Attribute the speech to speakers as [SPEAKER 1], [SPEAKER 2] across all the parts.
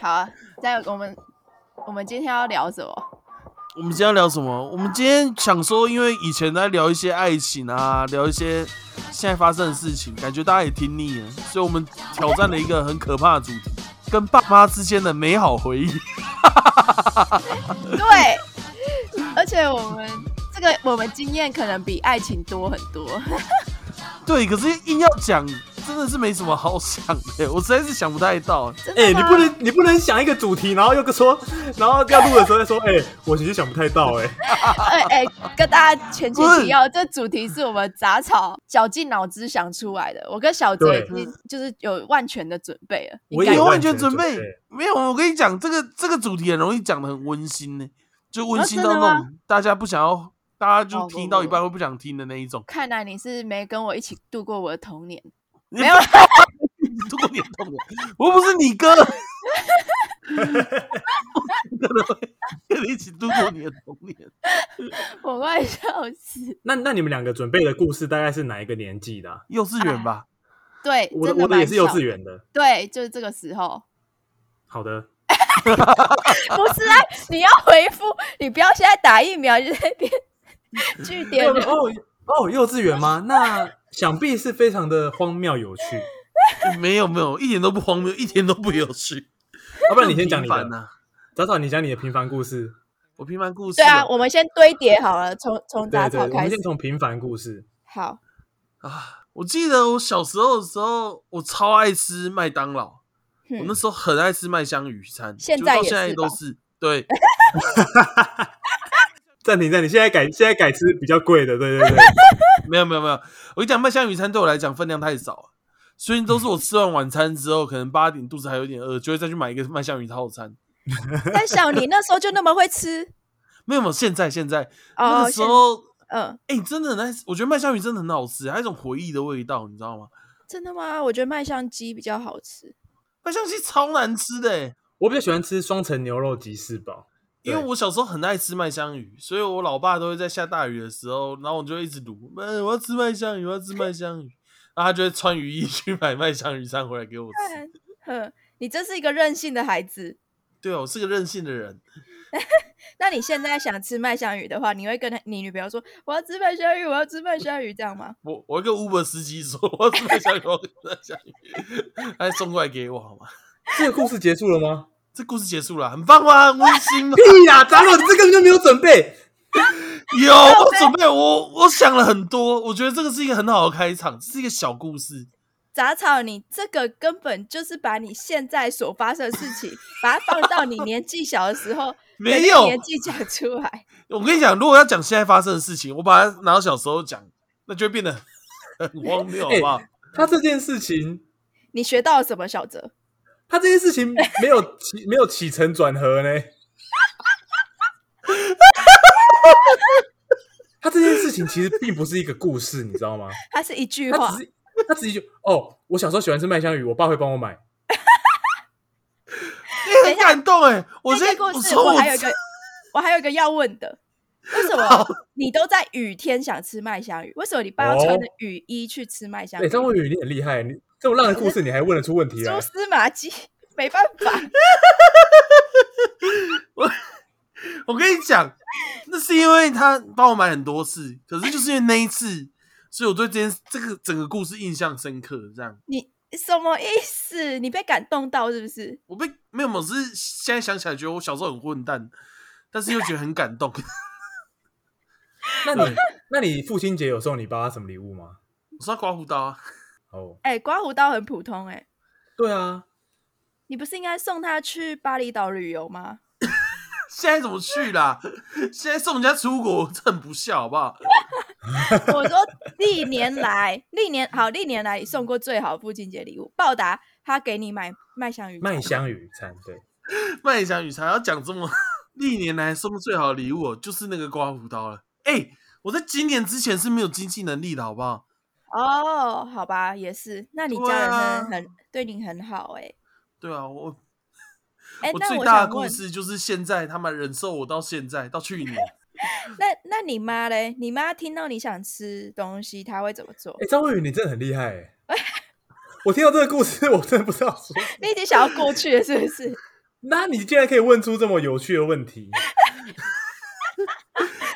[SPEAKER 1] 好、啊，那我们我们今天要聊什么？
[SPEAKER 2] 我们今天要聊什么？我们今天想说，因为以前在聊一些爱情啊，聊一些现在发生的事情，感觉大家也听腻了，所以我们挑战了一个很可怕的主题，跟爸妈之间的美好回忆。
[SPEAKER 1] 对，而且我们这个我们经验可能比爱情多很多。
[SPEAKER 2] 对，可是硬要讲，真的是没什么好想的，我实在是想不太到。
[SPEAKER 1] 真的
[SPEAKER 3] 哎、
[SPEAKER 1] 吗
[SPEAKER 3] 你不能你不能想一个主题，然后又说，然后要录的时候再说，哎、我其实想不太到、哎，
[SPEAKER 1] 哎哎、跟大家前情
[SPEAKER 2] 不是
[SPEAKER 1] 提要，这主题是我们杂草绞尽脑汁想出来的。我跟小哲已经就是有万全的准备了。
[SPEAKER 3] 我
[SPEAKER 1] 应该
[SPEAKER 3] 也
[SPEAKER 1] 有
[SPEAKER 2] 有完
[SPEAKER 3] 完
[SPEAKER 2] 全
[SPEAKER 3] 全
[SPEAKER 2] 准
[SPEAKER 3] 准
[SPEAKER 2] 备
[SPEAKER 3] 备，
[SPEAKER 2] 没有。啊我跟你讲，这个这个主题很容易讲的很温馨呢、就温
[SPEAKER 1] 哦
[SPEAKER 2] 馨
[SPEAKER 1] 真
[SPEAKER 2] 到
[SPEAKER 1] 的
[SPEAKER 2] 那
[SPEAKER 1] 吗
[SPEAKER 2] 种大家不想要，大家
[SPEAKER 1] 哦
[SPEAKER 2] 就
[SPEAKER 1] 不
[SPEAKER 2] 听到一
[SPEAKER 1] 不
[SPEAKER 2] 半会不想听的那一种。
[SPEAKER 1] 看来你是没跟我一起度过我的童年。
[SPEAKER 2] 你
[SPEAKER 1] 没有，
[SPEAKER 2] 如果你懂我，我又不是你哥，可能会跟你一起度过你的童年。
[SPEAKER 1] 我快笑死。
[SPEAKER 3] 那那你们两个准备的故事大概是哪一个年纪的啊、
[SPEAKER 2] 幼稚园吧，
[SPEAKER 1] 对，
[SPEAKER 3] 我的
[SPEAKER 1] 真
[SPEAKER 3] 我的也是幼稚
[SPEAKER 1] 园。
[SPEAKER 3] 园的。
[SPEAKER 1] 对，就是这个时候。
[SPEAKER 3] 好的，
[SPEAKER 1] 不是啊，你要回复，你不要现在打疫苗就在那边 据点
[SPEAKER 3] 哦哦，幼稚园吗？那想必是非常的荒谬有趣。
[SPEAKER 2] 没有没有，一点都不荒谬，一点都不有趣。
[SPEAKER 3] 要不然你先讲你
[SPEAKER 2] 平凡
[SPEAKER 3] 的，
[SPEAKER 2] 呐，
[SPEAKER 3] 早早你讲你的平凡故事。
[SPEAKER 2] 我平凡故事
[SPEAKER 1] 对啊，
[SPEAKER 2] 了
[SPEAKER 1] 我们先堆叠好了，从从
[SPEAKER 3] 对
[SPEAKER 1] 杂
[SPEAKER 3] 对，
[SPEAKER 1] 草
[SPEAKER 3] 我
[SPEAKER 1] 开
[SPEAKER 3] 们
[SPEAKER 1] 始
[SPEAKER 3] 先。从平凡故事。
[SPEAKER 1] 好，
[SPEAKER 2] 啊，我记得我小时候的时候，我超爱吃麦当劳。我
[SPEAKER 1] 嗯
[SPEAKER 2] 那时候很爱吃麦香鱼餐，
[SPEAKER 1] 现
[SPEAKER 2] 就
[SPEAKER 1] 在
[SPEAKER 2] 到
[SPEAKER 1] 也
[SPEAKER 2] 现在
[SPEAKER 1] 是
[SPEAKER 2] 都
[SPEAKER 1] 吧
[SPEAKER 2] 是对
[SPEAKER 3] 暂停暂停，现在改现在改吃比较贵的，对 对对。
[SPEAKER 2] 没有没有没有，我跟你讲，麦香鱼餐对我来讲分量太少了，所以都是我吃完晚餐之后，可能八点肚子还有点饿，就会再去买一个麦香鱼套餐。
[SPEAKER 1] 但小你那时候就那么会 吃
[SPEAKER 2] 没有没有，现在现在、那
[SPEAKER 1] 哦，
[SPEAKER 2] 个时
[SPEAKER 1] 现
[SPEAKER 2] 候，
[SPEAKER 1] 嗯，
[SPEAKER 2] 哎、真的很爱吃，我觉得麦香鱼真的很好吃，还有一种回忆的味道，你知道吗？
[SPEAKER 1] 真的吗？我觉得麦香鸡比较好吃。
[SPEAKER 2] 麦香鸡超难吃的、欸，
[SPEAKER 3] 我比较喜欢吃双层牛肉吉士堡，
[SPEAKER 2] 因为
[SPEAKER 3] 对
[SPEAKER 2] 我小时候很爱吃麦香鱼，所以我老爸都会在下大雨的时候，然后我就会一直读，嗯，我要吃麦香鱼，我要吃麦香鱼，然后他就会穿雨衣去买麦香鱼餐回来给我吃。
[SPEAKER 1] 哼，你真是一个任性的孩子。
[SPEAKER 2] 对啊，我是个任性的人，
[SPEAKER 1] 那你现在想吃麦香鱼的话，你会跟他你女朋友说我要吃麦香鱼，我要吃麦香鱼，这样吗？
[SPEAKER 2] 我我会跟 Uber 司机说， 我要吃麦香鱼，我要吃麦香鱼， 他送过来给我好吗？
[SPEAKER 3] 这个故事结束了吗？
[SPEAKER 2] 这故事结束了，很棒吗？很温馨啊吗？
[SPEAKER 3] 屁 呀、杂草，你这根本就没有准备。
[SPEAKER 2] 有，我准备，我我想了很多，我觉得这个是一个很好的开场，这是一个小故事。
[SPEAKER 1] 杂草，你这个根本就是把你现在所发生的事情，把它放到你年纪小的时候的那个
[SPEAKER 2] 没有
[SPEAKER 1] 年纪讲出来，
[SPEAKER 2] 我跟你讲，如果要讲现在发生的事情，我把它拿到小时候讲，那就会变得很荒谬，好 不好？
[SPEAKER 3] 他这件事情，
[SPEAKER 1] 你学到了什么？小哲，
[SPEAKER 3] 他这件事情没有起没有起承转合呢。他这件事情其实并不是一个故事，你知道吗？
[SPEAKER 1] 它是一句
[SPEAKER 3] 他
[SPEAKER 1] 话
[SPEAKER 3] 只，是他只是就哦，我小时候喜欢吃麦香鱼，我爸会帮我买。
[SPEAKER 2] 你很感动哎、我
[SPEAKER 1] 这
[SPEAKER 2] 在
[SPEAKER 1] 个故事
[SPEAKER 2] 从我
[SPEAKER 1] 还有一个，我还有一个要问的，为什么你都在雨天想吃麦香鱼？为什么你爸要穿着雨衣去吃麦香
[SPEAKER 3] 哎、
[SPEAKER 2] 哦
[SPEAKER 1] 鱼？
[SPEAKER 3] 张文宇，你很厉害，你这么烂的故事你还问得出问题来
[SPEAKER 1] 蛛？丝马迹，没办法，
[SPEAKER 2] 我跟你讲，那是因为他帮我买很多次，可是就是因为那一次，所以我对这件这个整个故事印象深刻。这样，
[SPEAKER 1] 你什么意思？你被感动到是不是？
[SPEAKER 2] 我被没有，我是现在想起来觉得我小时候很混蛋，但是又觉得很感动。
[SPEAKER 3] 那你那你父亲节有送你爸什么礼物吗？
[SPEAKER 2] 我说刮胡刀、啊，
[SPEAKER 3] 哦，
[SPEAKER 1] 哎、刮胡刀很普通哎、
[SPEAKER 3] 对啊，
[SPEAKER 1] 你不是应该送他去巴厘岛旅游吗？
[SPEAKER 2] 现在怎么去啦？现在送人家出国，这很不孝，好不好？
[SPEAKER 1] 我说历年来，历年好，历年来你送过最好的父亲节礼物，报答他给你买麦香鱼。
[SPEAKER 3] 麦香鱼餐对。
[SPEAKER 2] 麦香雨茶要讲这么 历年来送最好的礼物哦，就是那个刮胡刀了。哎、我在今年之前是没有经济能力的，好不好？
[SPEAKER 1] 哦，好吧，也是。那你
[SPEAKER 2] 对
[SPEAKER 1] 家人
[SPEAKER 2] 啊
[SPEAKER 1] 很很对你很好哎、欸、
[SPEAKER 2] 对啊，我
[SPEAKER 1] 哎、
[SPEAKER 2] 我
[SPEAKER 1] 那
[SPEAKER 2] 最
[SPEAKER 1] 我
[SPEAKER 2] 大的
[SPEAKER 1] 想
[SPEAKER 2] 故
[SPEAKER 1] 问，
[SPEAKER 2] 事就是现在他们忍受我到现在到去年，
[SPEAKER 1] 那那你妈嘞？你妈听到你想吃东西，她会怎么做
[SPEAKER 3] 哎、？张慧宇，你真的很厉害、 欸。我听到这个故事，我真的不知道说。
[SPEAKER 1] 你已经想要过去了，是不是？
[SPEAKER 3] 那你竟然可以问出这么有趣的问题，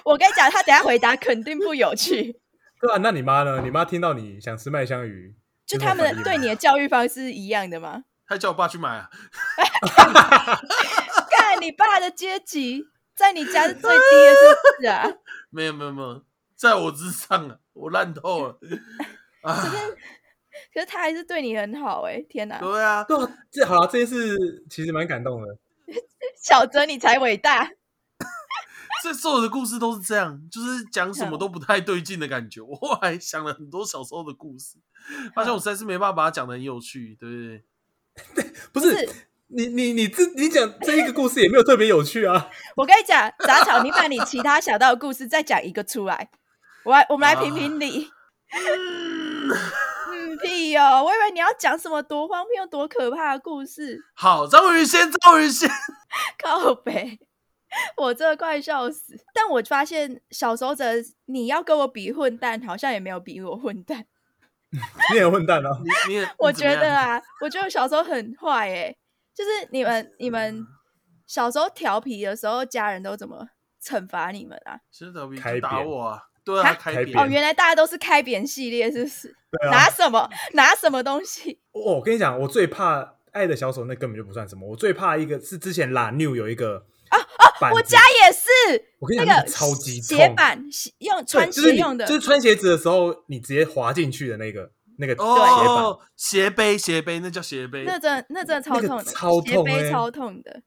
[SPEAKER 1] 我跟你讲，他等下回答肯定不有趣。
[SPEAKER 3] 对啊，那你妈呢？你妈听到你想吃麦香鱼，
[SPEAKER 1] 就
[SPEAKER 3] 有什
[SPEAKER 1] 他
[SPEAKER 3] 么
[SPEAKER 1] 们
[SPEAKER 3] 反应
[SPEAKER 1] 的
[SPEAKER 3] 吗
[SPEAKER 1] 对你的教育方式是一样的吗？
[SPEAKER 2] 他叫我爸去买啊，
[SPEAKER 1] 干你爸的阶级，在你家是最低的，是不是啊？
[SPEAKER 2] 没有没有没有，在我之上啊，我烂透了。啊，
[SPEAKER 1] 可是他还是对你很好哎、天哪！
[SPEAKER 2] 对啊，
[SPEAKER 3] 对啊，这好了，这件事其实蛮感动的。
[SPEAKER 1] 小泽你才伟大，
[SPEAKER 2] 这所有的故事都是这样，就是讲什么
[SPEAKER 1] 嗯
[SPEAKER 2] 都不太对劲的感觉。我后来想了很多小时候的故事，发
[SPEAKER 1] 嗯
[SPEAKER 2] 现我实在是没办法把它讲的很有趣，对不对？
[SPEAKER 1] 不
[SPEAKER 3] 不是
[SPEAKER 1] 是
[SPEAKER 3] 你你你这你讲这一个故事也没有特别有趣啊。
[SPEAKER 1] 我跟你讲，杂草，你把你其他想到的故事再讲一个出来，我来我们来评评理。
[SPEAKER 2] 啊
[SPEAKER 1] 嗯，屁哟、我以为你要讲什么多荒谬、多可怕的故事，
[SPEAKER 2] 好，张文宇先，张文 宇先，
[SPEAKER 1] 靠北，我真的快笑死。但我发现小时候的你要跟我比混蛋，好像也没有比我混蛋。
[SPEAKER 3] 你也混蛋啊！
[SPEAKER 2] 你你也
[SPEAKER 1] 我
[SPEAKER 2] 你怎么
[SPEAKER 1] 觉得
[SPEAKER 2] 样，
[SPEAKER 1] 啊，我觉得我小时候很坏哎、就是你们你们小时候调皮的时候，家人都怎么惩罚你们啊？
[SPEAKER 2] 其实倒比
[SPEAKER 3] 开
[SPEAKER 2] 就打
[SPEAKER 3] 扁
[SPEAKER 2] 我啊，对啊，
[SPEAKER 1] 哈
[SPEAKER 2] 开
[SPEAKER 3] 开
[SPEAKER 2] 扁
[SPEAKER 1] 哦，
[SPEAKER 3] 扁
[SPEAKER 1] 原来大家都是开扁系列，是不是？
[SPEAKER 3] 对啊
[SPEAKER 1] 拿，什么拿什么东西？
[SPEAKER 3] 我我跟你讲，我最怕《爱的小手》那根本就不算什么，我最怕一个是之前拉 new 有一个啊啊
[SPEAKER 1] 我家也是，
[SPEAKER 3] 我跟你
[SPEAKER 1] 那
[SPEAKER 3] 讲
[SPEAKER 1] 个
[SPEAKER 3] 个超级
[SPEAKER 1] 鞋
[SPEAKER 3] 痛
[SPEAKER 1] 板鞋用
[SPEAKER 3] 对
[SPEAKER 1] 穿鞋用的，
[SPEAKER 3] 就是你，就是穿鞋子的时候你直接滑进去的那个那个
[SPEAKER 1] 对
[SPEAKER 2] 哦，斜背斜背，那叫斜背，
[SPEAKER 1] 那真的那真的超
[SPEAKER 3] 那个
[SPEAKER 1] 痛的，
[SPEAKER 3] 超
[SPEAKER 1] 斜
[SPEAKER 3] 痛
[SPEAKER 1] 背
[SPEAKER 3] 欸
[SPEAKER 1] 超痛的。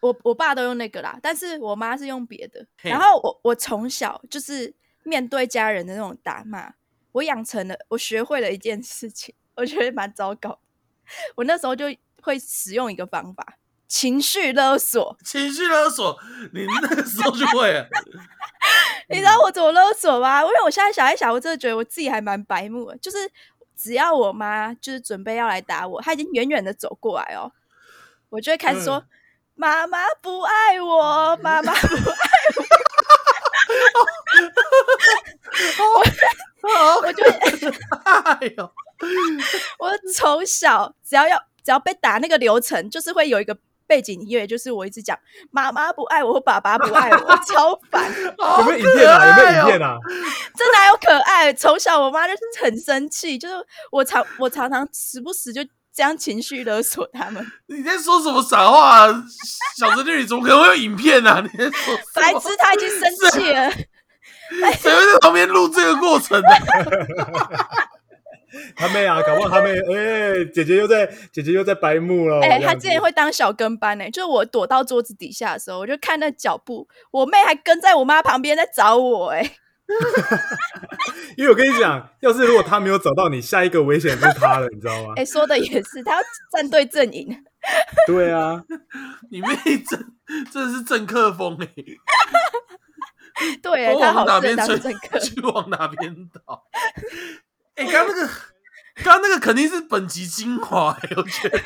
[SPEAKER 1] 我我爸都用那个啦，但是我妈是用别的。
[SPEAKER 2] 嘿
[SPEAKER 1] 然后我我从小就是面对家人的那种打骂，我养成了我学会了一件事情，我觉得蛮糟糕。我那时候就会使用一个方法，情绪勒索。
[SPEAKER 2] 情绪勒索，你那个时候就会了，
[SPEAKER 1] 你知道我怎么勒索吗？因为我现在想一想，我真的觉得我自己还蛮白目的。就是只要我妈就是准备要来打我，她已经远远的走过来哦，我就会开始说：“妈妈不爱我，妈妈不爱 我。”我就会
[SPEAKER 2] 哎呦，
[SPEAKER 1] 我从小只要要只要被打那个流程，就是会有一个背景音乐，就是我一直讲妈妈不爱我，或爸爸不爱我，超烦。
[SPEAKER 3] 有
[SPEAKER 2] 有
[SPEAKER 3] 没有影片啊？有没有影片
[SPEAKER 2] 啊？
[SPEAKER 3] 啊？
[SPEAKER 1] 真的还有可爱。从小我妈就是很生气，就是我常我常常时不时就这样情绪勒索他 们，
[SPEAKER 2] 你在说什么傻话、啊？小侄女怎么可能会有影片啊？ 你在说
[SPEAKER 1] 白
[SPEAKER 2] 什么？
[SPEAKER 1] 痴她已经生气了。
[SPEAKER 2] 谁会在旁边录这个过程呢、啊？
[SPEAKER 1] 哦
[SPEAKER 3] 他妹啊，搞不好他妹哎、姐姐又在姐姐又在白目了。
[SPEAKER 2] 哦
[SPEAKER 1] 哎、
[SPEAKER 3] 这
[SPEAKER 1] 她
[SPEAKER 3] 样
[SPEAKER 1] 之
[SPEAKER 3] 子
[SPEAKER 1] 前会当小跟班呢、欸就是我躲到桌子底下的时候，我就看那脚步，我妹还跟在我妈旁边在找我、 哎，
[SPEAKER 3] 因为我跟你讲，要是如果他没有找到你，下一个危险就是他了，你知道吗？
[SPEAKER 1] 哎，说的也是，她要站队阵营。
[SPEAKER 3] 对啊，
[SPEAKER 2] 你妹真真的是政客风哎、欸，
[SPEAKER 1] 对、
[SPEAKER 2] 我
[SPEAKER 1] 她好
[SPEAKER 2] 往哪
[SPEAKER 1] 适合
[SPEAKER 2] 哦边
[SPEAKER 1] 当
[SPEAKER 2] 吹
[SPEAKER 1] 政 客，
[SPEAKER 2] 就往哪边倒。哎、刚刚那个，刚刚那个肯定是本集精华、欸，我觉得。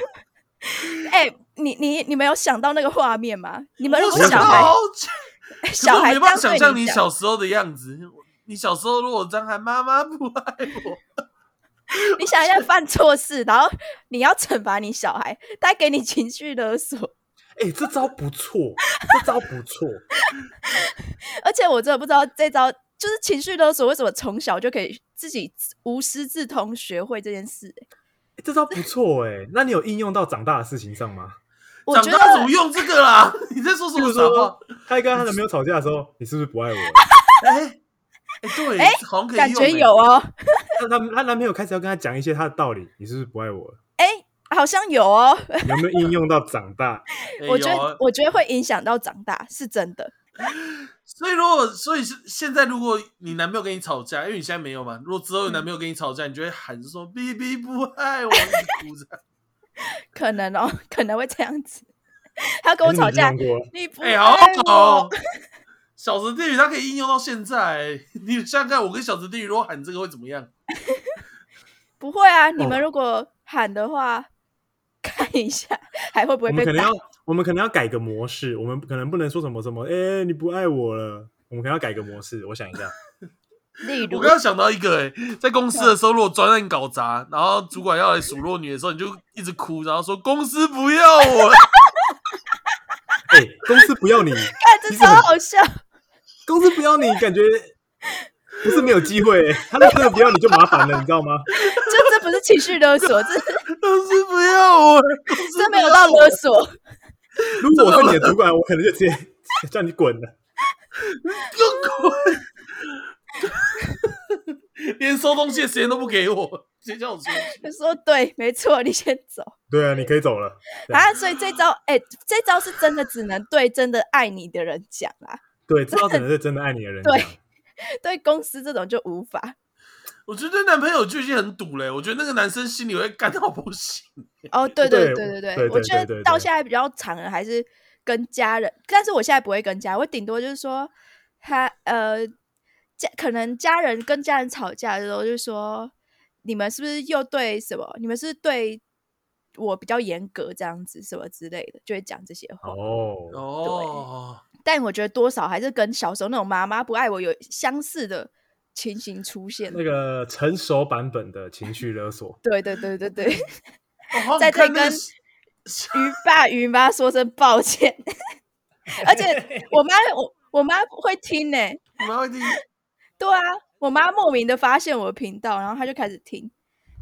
[SPEAKER 1] 哎、你你你们有想到那个画面吗？你们如
[SPEAKER 2] 我
[SPEAKER 1] 果
[SPEAKER 2] 想
[SPEAKER 1] 小孩
[SPEAKER 2] 好久，可是
[SPEAKER 1] 小
[SPEAKER 2] 我
[SPEAKER 1] 孩
[SPEAKER 2] 没
[SPEAKER 1] 这
[SPEAKER 2] 办
[SPEAKER 1] 样
[SPEAKER 2] 法想
[SPEAKER 1] 对
[SPEAKER 2] 象
[SPEAKER 1] 你
[SPEAKER 2] 你
[SPEAKER 1] 讲
[SPEAKER 2] 小时候的样子。你小时候如果张翰妈妈不爱我，
[SPEAKER 1] 你想一下犯错事，然后你要惩罚你小孩，他给你情绪勒索，
[SPEAKER 3] 哎、这招不错，这招不错。
[SPEAKER 1] 而且我真的不知道这招就是情绪勒索为什么从小就可以自己无师自通学会这件事、欸
[SPEAKER 3] 欸这招不错哎、那你有应用到长大的事情上吗？
[SPEAKER 1] 我
[SPEAKER 2] 长
[SPEAKER 1] 觉得
[SPEAKER 2] 大怎么用这个啦？ 你在说什
[SPEAKER 3] 譬
[SPEAKER 2] 么
[SPEAKER 3] 如
[SPEAKER 2] 傻话
[SPEAKER 3] 说？，他跟他男朋友吵架的时候，你是不是不爱我？
[SPEAKER 2] 哎、哎对，
[SPEAKER 1] 哎
[SPEAKER 2] 好像可以
[SPEAKER 1] 感
[SPEAKER 2] 用
[SPEAKER 1] 觉
[SPEAKER 2] 欸
[SPEAKER 1] 有哦，
[SPEAKER 3] 他他他男朋友开始要跟他讲一些他的道理，你是不是不爱我？
[SPEAKER 1] 哎、好像有哦，
[SPEAKER 3] 有没有应用到长大？
[SPEAKER 2] 哎
[SPEAKER 1] 我觉
[SPEAKER 2] 有啊
[SPEAKER 1] 得我觉得会影响到长大，是真的。
[SPEAKER 2] 所以如果所以是现在，如果你男朋友跟你吵架，因为你现在没有嘛，如果之后有男朋友跟你吵架，你就会喊说 “B B 不爱我”，一直 哭着。
[SPEAKER 1] 可能哦，可能会这样子。他跟我
[SPEAKER 3] 还哎
[SPEAKER 1] 吵
[SPEAKER 3] 是你已经
[SPEAKER 1] 架
[SPEAKER 3] 用，过了
[SPEAKER 1] 你不
[SPEAKER 2] 哎、
[SPEAKER 1] 爱
[SPEAKER 2] 好好
[SPEAKER 1] 我
[SPEAKER 2] 哦，小时地狱它可以应用到现在、你想想看，我跟小时地狱如果喊这个会怎么样？
[SPEAKER 1] 不会啊！你
[SPEAKER 3] 哦
[SPEAKER 1] 们如果喊的话， 看一下还会不
[SPEAKER 3] 我
[SPEAKER 1] 会被
[SPEAKER 3] 们可能
[SPEAKER 1] 打
[SPEAKER 3] 要？我们可能要改个模式，我们可能不能说什么什么，哎、你不爱我了。我们可能要改个模式，我想一下，
[SPEAKER 1] 例如
[SPEAKER 2] 我刚刚想到一个、哎，在公司的时候，如果专案搞砸，然后主管要来数落你的时候，你就一直哭，然后说公司不要我了。
[SPEAKER 3] 哎公司不要你，
[SPEAKER 1] 看哎这
[SPEAKER 3] 其实
[SPEAKER 1] 超
[SPEAKER 3] 很
[SPEAKER 1] 好笑，
[SPEAKER 3] 公司不要你，感觉不是没有机会、欸他都真的不要你就麻烦了，你知道吗？
[SPEAKER 1] 就这不是情绪勒 索，这
[SPEAKER 2] 公司不要我，公司
[SPEAKER 1] 这没有到勒索，
[SPEAKER 3] 如果我是你的主管，我可能就直接 叫你滚了。
[SPEAKER 2] 连收东西的时间都不给我，谁叫我出去？
[SPEAKER 1] 就 说对，没错，你先走
[SPEAKER 3] 对啊，你可以走了。对
[SPEAKER 1] 啊。所以这招，哎、这招是真的只能对真的爱你的人讲啦，
[SPEAKER 3] 对，知道只能是真的爱你的人讲。
[SPEAKER 1] 对 对公司这种就无法。
[SPEAKER 2] 我觉得男朋友就已经很堵了、我觉得那个男生心里会干到不行。
[SPEAKER 1] 哦，对对
[SPEAKER 3] 对我
[SPEAKER 1] 对
[SPEAKER 3] 对
[SPEAKER 1] 我
[SPEAKER 3] 对
[SPEAKER 1] 觉
[SPEAKER 3] 对
[SPEAKER 1] 得
[SPEAKER 3] 对
[SPEAKER 1] 到
[SPEAKER 3] 对
[SPEAKER 1] 现在比较常的还是跟家人，但是我现在不会跟家，我顶多就是说他呃家可能家人跟家人吵架的时候，就说你们是不是又对什么？你们是对我比较严格这样子什么之类的，就会讲这些话。
[SPEAKER 3] 哦，
[SPEAKER 2] 哦，
[SPEAKER 1] 但我觉得多少还是跟小时候那种妈妈不爱我有相似的情形出现。
[SPEAKER 3] 那个成熟版本的情绪勒索，
[SPEAKER 1] 对对对对 对，
[SPEAKER 2] 我好
[SPEAKER 1] 在
[SPEAKER 2] 想看
[SPEAKER 1] 这
[SPEAKER 2] 那个
[SPEAKER 1] 跟于爸于妈说声抱歉， 而 且我妈我我妈会听呢、
[SPEAKER 2] 你们会听
[SPEAKER 1] 对啊，我妈莫名的发现我的频道，然后她就开始听，